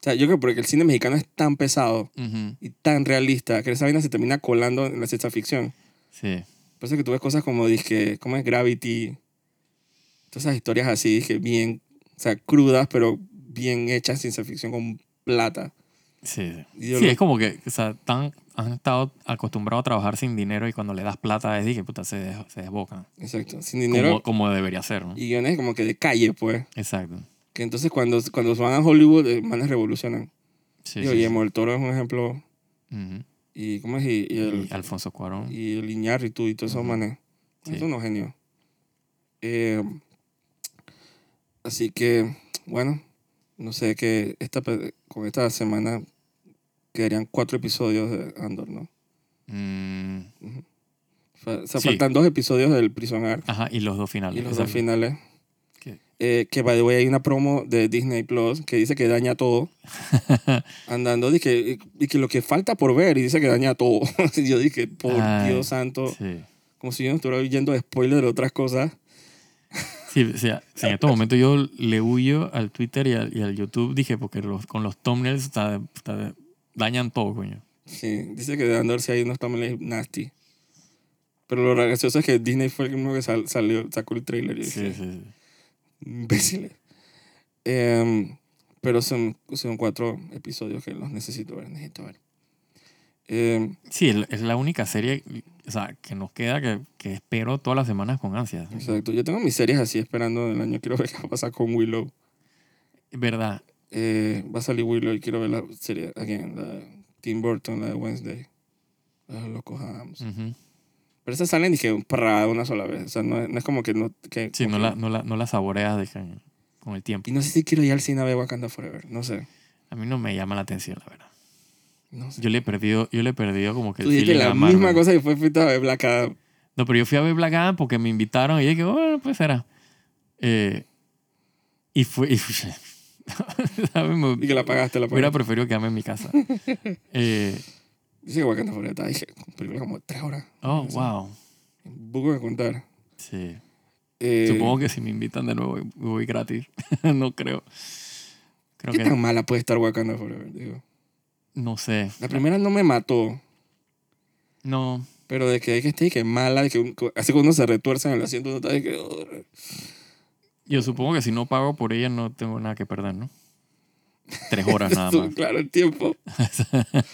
A: O sea, yo creo que porque el cine mexicano es tan pesado
B: Ujú,
A: y tan realista que esa vaina se termina colando en la ciencia ficción.
B: Sí.
A: Pasa que tú ves cosas como, dije, ¿cómo es Gravity? Todas esas historias así, dije, bien, o sea, crudas, pero bien hechas, ciencia ficción con plata.
B: Sí, sí.
A: Y yo
B: Sí,
A: lo-
B: es como que o sea, tan- han estado acostumbrados a trabajar sin dinero y cuando le das plata es dije, puta, se, des- se desbocan.
A: Exacto, sin
B: Como,
A: dinero.
B: como debería ser, ¿no?
A: Y guiones como que de calle, pues.
B: Exacto.
A: Que entonces cuando, cuando van a Hollywood, eh, manes revolucionan.
B: Sí,
A: y
B: sí, sí.
A: Guillermo del Toro es un ejemplo.
B: Ujú.
A: Y cómo es, y, y el,
B: Y Alfonso Cuarón.
A: y el Iñárritu y todos esos
B: Ujú.
A: manes.
B: Sí.
A: Son unos genios. Eh, así que, bueno, no sé que esta, pe- con esta semana quedarían cuatro episodios de Andor, ¿no?
B: Mm,
A: Fa- O sea,
B: Sí.
A: faltan dos episodios del Prison Art
B: ajá, y los dos finales.
A: y los dos
B: exacto.
A: finales.
B: Que-
A: Eh, que, by the way, hay una promo de Disney Plus que dice que daña todo. andando, dije, y, y que lo que falta por ver, y dice que daña todo. Y yo dije, por
B: Ay,
A: Dios santo,
B: Sí.
A: como si yo no estuviera oyendo spoilers de otras cosas.
B: Sí, o sea, sí, en estos momentos yo le huyo al Twitter y al, y al YouTube, dije, porque los, con los thumbnails está- está- dañan todo, coño.
A: Sí, dice que de Andor sí hay unos thumbnails nasty. Pero lo gracioso es que Disney fue el mismo que sal- salió, sacó el trailer. Y
B: Sí,
A: dije,
B: sí, sí.
A: imbéciles. Em, pero son, son cuatro episodios que los necesito ver, necesito ver. Em,
B: Sí, es la- es la única serie o sea, que nos queda que, que espero todas las semanas con ansias.
A: exacto, yo tengo mis series así esperando el año. Quiero ver qué va a pasar con Willow.
B: ¿Verdad?
A: Eh, va a salir Willow y quiero ver la serie, again, la de Tim Burton, la de Wednesday. Los locos Adams.
B: Ujú.
A: Pero esas salen, dije, para una sola vez. O sea, no, es- no es como que no... Que,
B: Sí,
A: como
B: no
A: que-
B: la, no, la, no la saboreas dije, con el tiempo.
A: Y no sé si quiero ir al cine a ver Wakanda Forever. No sé.
B: A mí no me llama la atención, la verdad.
A: No sé.
B: Yo le he perdido, yo le he perdido como que
A: Tú
B: el
A: dijiste
B: feeling
A: la
B: a Marvel.
A: misma cosa que fue fuiste a ver Black Adam.
B: No, pero yo fui a ver Black Adam porque me invitaron y dije, bueno, pues será. Eh, y fue... Y fue- ¿sabes? Me-
A: Y que la pagaste, la
B: Hubiera
A: pagaste.
B: preferido quedarme en mi casa. Eh,
A: Dice que Wakanda Forever está, dije, película como de tres horas.
B: oh,
A: No sé.
B: wow.
A: Poco que contar.
B: Sí.
A: Eh,
B: Supongo que si me invitan de nuevo voy gratis. no creo. Creo
A: ¿Qué
B: que...
A: tan mala puede estar Wakanda Forever? Digo.
B: No sé.
A: La primera no me mató.
B: No.
A: Pero de que hay que estar y que mala, de que un- así que uno se retuerce en el asiento, uno está de que... "Oh, "Ugh".
B: Yo supongo que si no pago por ella no tengo nada que perder, ¿no? Tres horas nada
A: Estuvo
B: más.
A: Claro, el tiempo.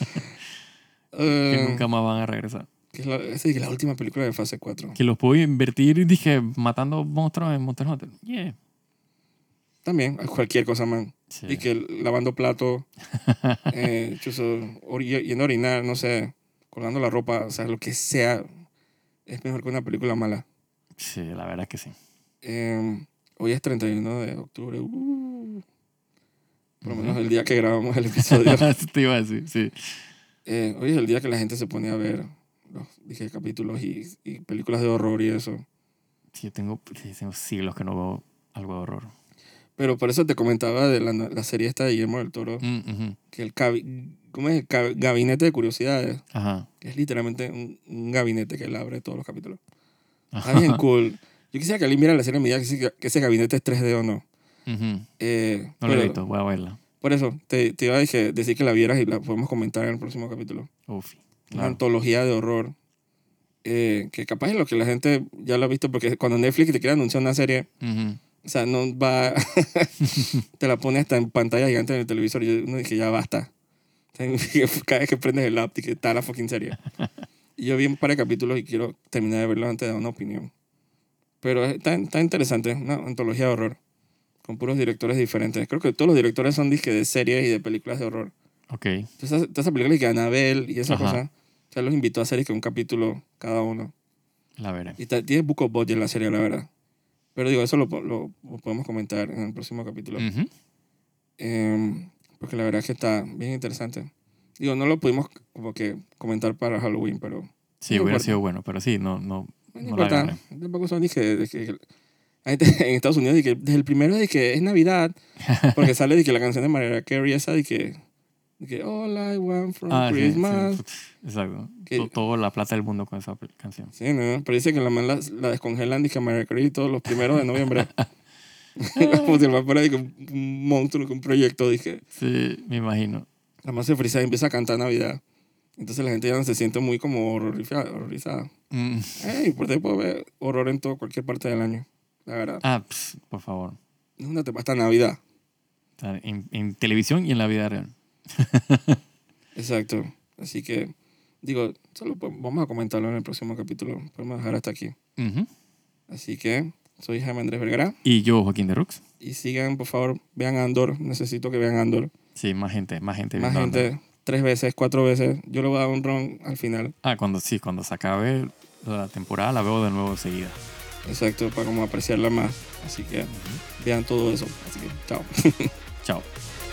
B: que
A: Eh,
B: nunca más van a regresar.
A: que es la, esa es que la última película de fase 4.
B: Que los puedo invertir, dije, matando monstruos en Monster Hunter. Yeah.
A: También, cualquier cosa, man.
B: Sí.
A: Y que lavando plato, eh, chuzo, ori- yendo a orinar, no sé, colgando la ropa, o sea, lo que sea, es mejor que una película mala.
B: Sí, la verdad es que sí.
A: Eh, hoy es 31 de octubre. uh, por lo
B: Ujú.
A: menos el día que grabamos el episodio.
B: Eso te iba a decir, sí.
A: Eh, hoy es el día que la gente se pone a ver los dije, capítulos y, y películas de horror y eso.
B: Sí, yo tengo, sí, tengo siglos que no veo algo de horror.
A: Pero por eso te comentaba de la, la serie esta de Guillermo del Toro,
B: Mm, ujú.
A: que el, cabi- ¿cómo es? el ca- gabinete de curiosidades,
B: Ajá.
A: que es literalmente un, un gabinete que él abre todos los capítulos. Está
B: Ajá.
A: bien cool. Yo quisiera que alguien viera la serie y me diga que ese, que ese gabinete es 3D o no.
B: Ujú.
A: Eh,
B: No la he
A: pero-
B: visto, voy a verla.
A: Por eso, te, te iba a dije- decir que la vieras y la podemos comentar en el próximo capítulo.
B: Uf.
A: Una
B: Claro.
A: antología de horror. eh, que capaz es lo que la gente ya lo ha visto, porque cuando Netflix te quiere anunciar una serie,
B: Ujú.
A: o sea, no va. te la pone hasta en pantalla gigante en el televisor. Y yo uno dije, ya basta. O sea, dije, Cada vez que prendes el app, dije, está la fucking serie. Y yo vi un par de capítulos y quiero terminar de verlo antes de dar una opinión. Pero está, está interesante, una antología de horror. Con puros directores diferentes. Creo que todos los directores son dije, de series y de películas de horror.
B: Ok.
A: Entonces, esa- toda esa película que Anabel y esa
B: Ajá.
A: cosa, o sea, los invitó a hacer que un capítulo cada uno.
B: La veré.
A: Y ta- tiene Book of Budget la serie, la verdad. Pero digo, eso lo, po- lo- lo podemos comentar en el próximo capítulo.
B: Ujú.
A: Em, porque la verdad es que está bien interesante. Digo, no lo pudimos como que comentar para Halloween, pero
B: Sí,
A: No
B: hubiera
A: importa.
B: sido bueno, pero sí, no, no,
A: no,
B: no la
A: importa.
B: agarré.
A: Tampoco son, dije, de que- la gente en Estados Unidos, dije, desde el primero, dije, es Navidad. Porque sale, dije, la canción de Mariah Carey, esa, dije, dije, All I Want From
B: Ah, sí, sí.
A: Christmas.
B: Exacto.
A: Que-
B: To- Todo la plata del mundo con esa pel- canción.
A: Sí, ¿no? Pero dice que la man la, la descongelan y que Mariah Carey todos los primeros de noviembre. Como si el man fuera de que un un monstruo, que un proyecto. Dije,
B: Sí, me imagino.
A: la man se frisa y empieza a cantar Navidad. Entonces la gente ya no se siente muy como horrorifica- horrorizada.
B: Mm,
A: Ey, por ahí puedo ver horror en todo, cualquier parte del año. la verdad.
B: Ah, pss, por favor.
A: Es una temporada hasta Navidad.
B: O sea, En, en televisión y en la vida real.
A: Exacto. Así que, digo, solo po- vamos a comentarlo en el próximo capítulo. Podemos dejar hasta aquí.
B: Ujú.
A: Así que, soy Jaime Andrés Vergara.
B: Y yo, Joaquín de Rux.
A: Y sigan, por favor, vean Andor. Necesito que vean Andor.
B: Sí, más gente, más gente.
A: Más
B: viendo Andor.
A: gente, tres veces, cuatro veces. Yo le voy a dar un ron al final.
B: Ah, cuando sí, cuando se acabe la temporada la veo de nuevo enseguida.
A: Exacto, para como apreciarla más. Así que, vean todo eso. Así que, chao.
B: Chao.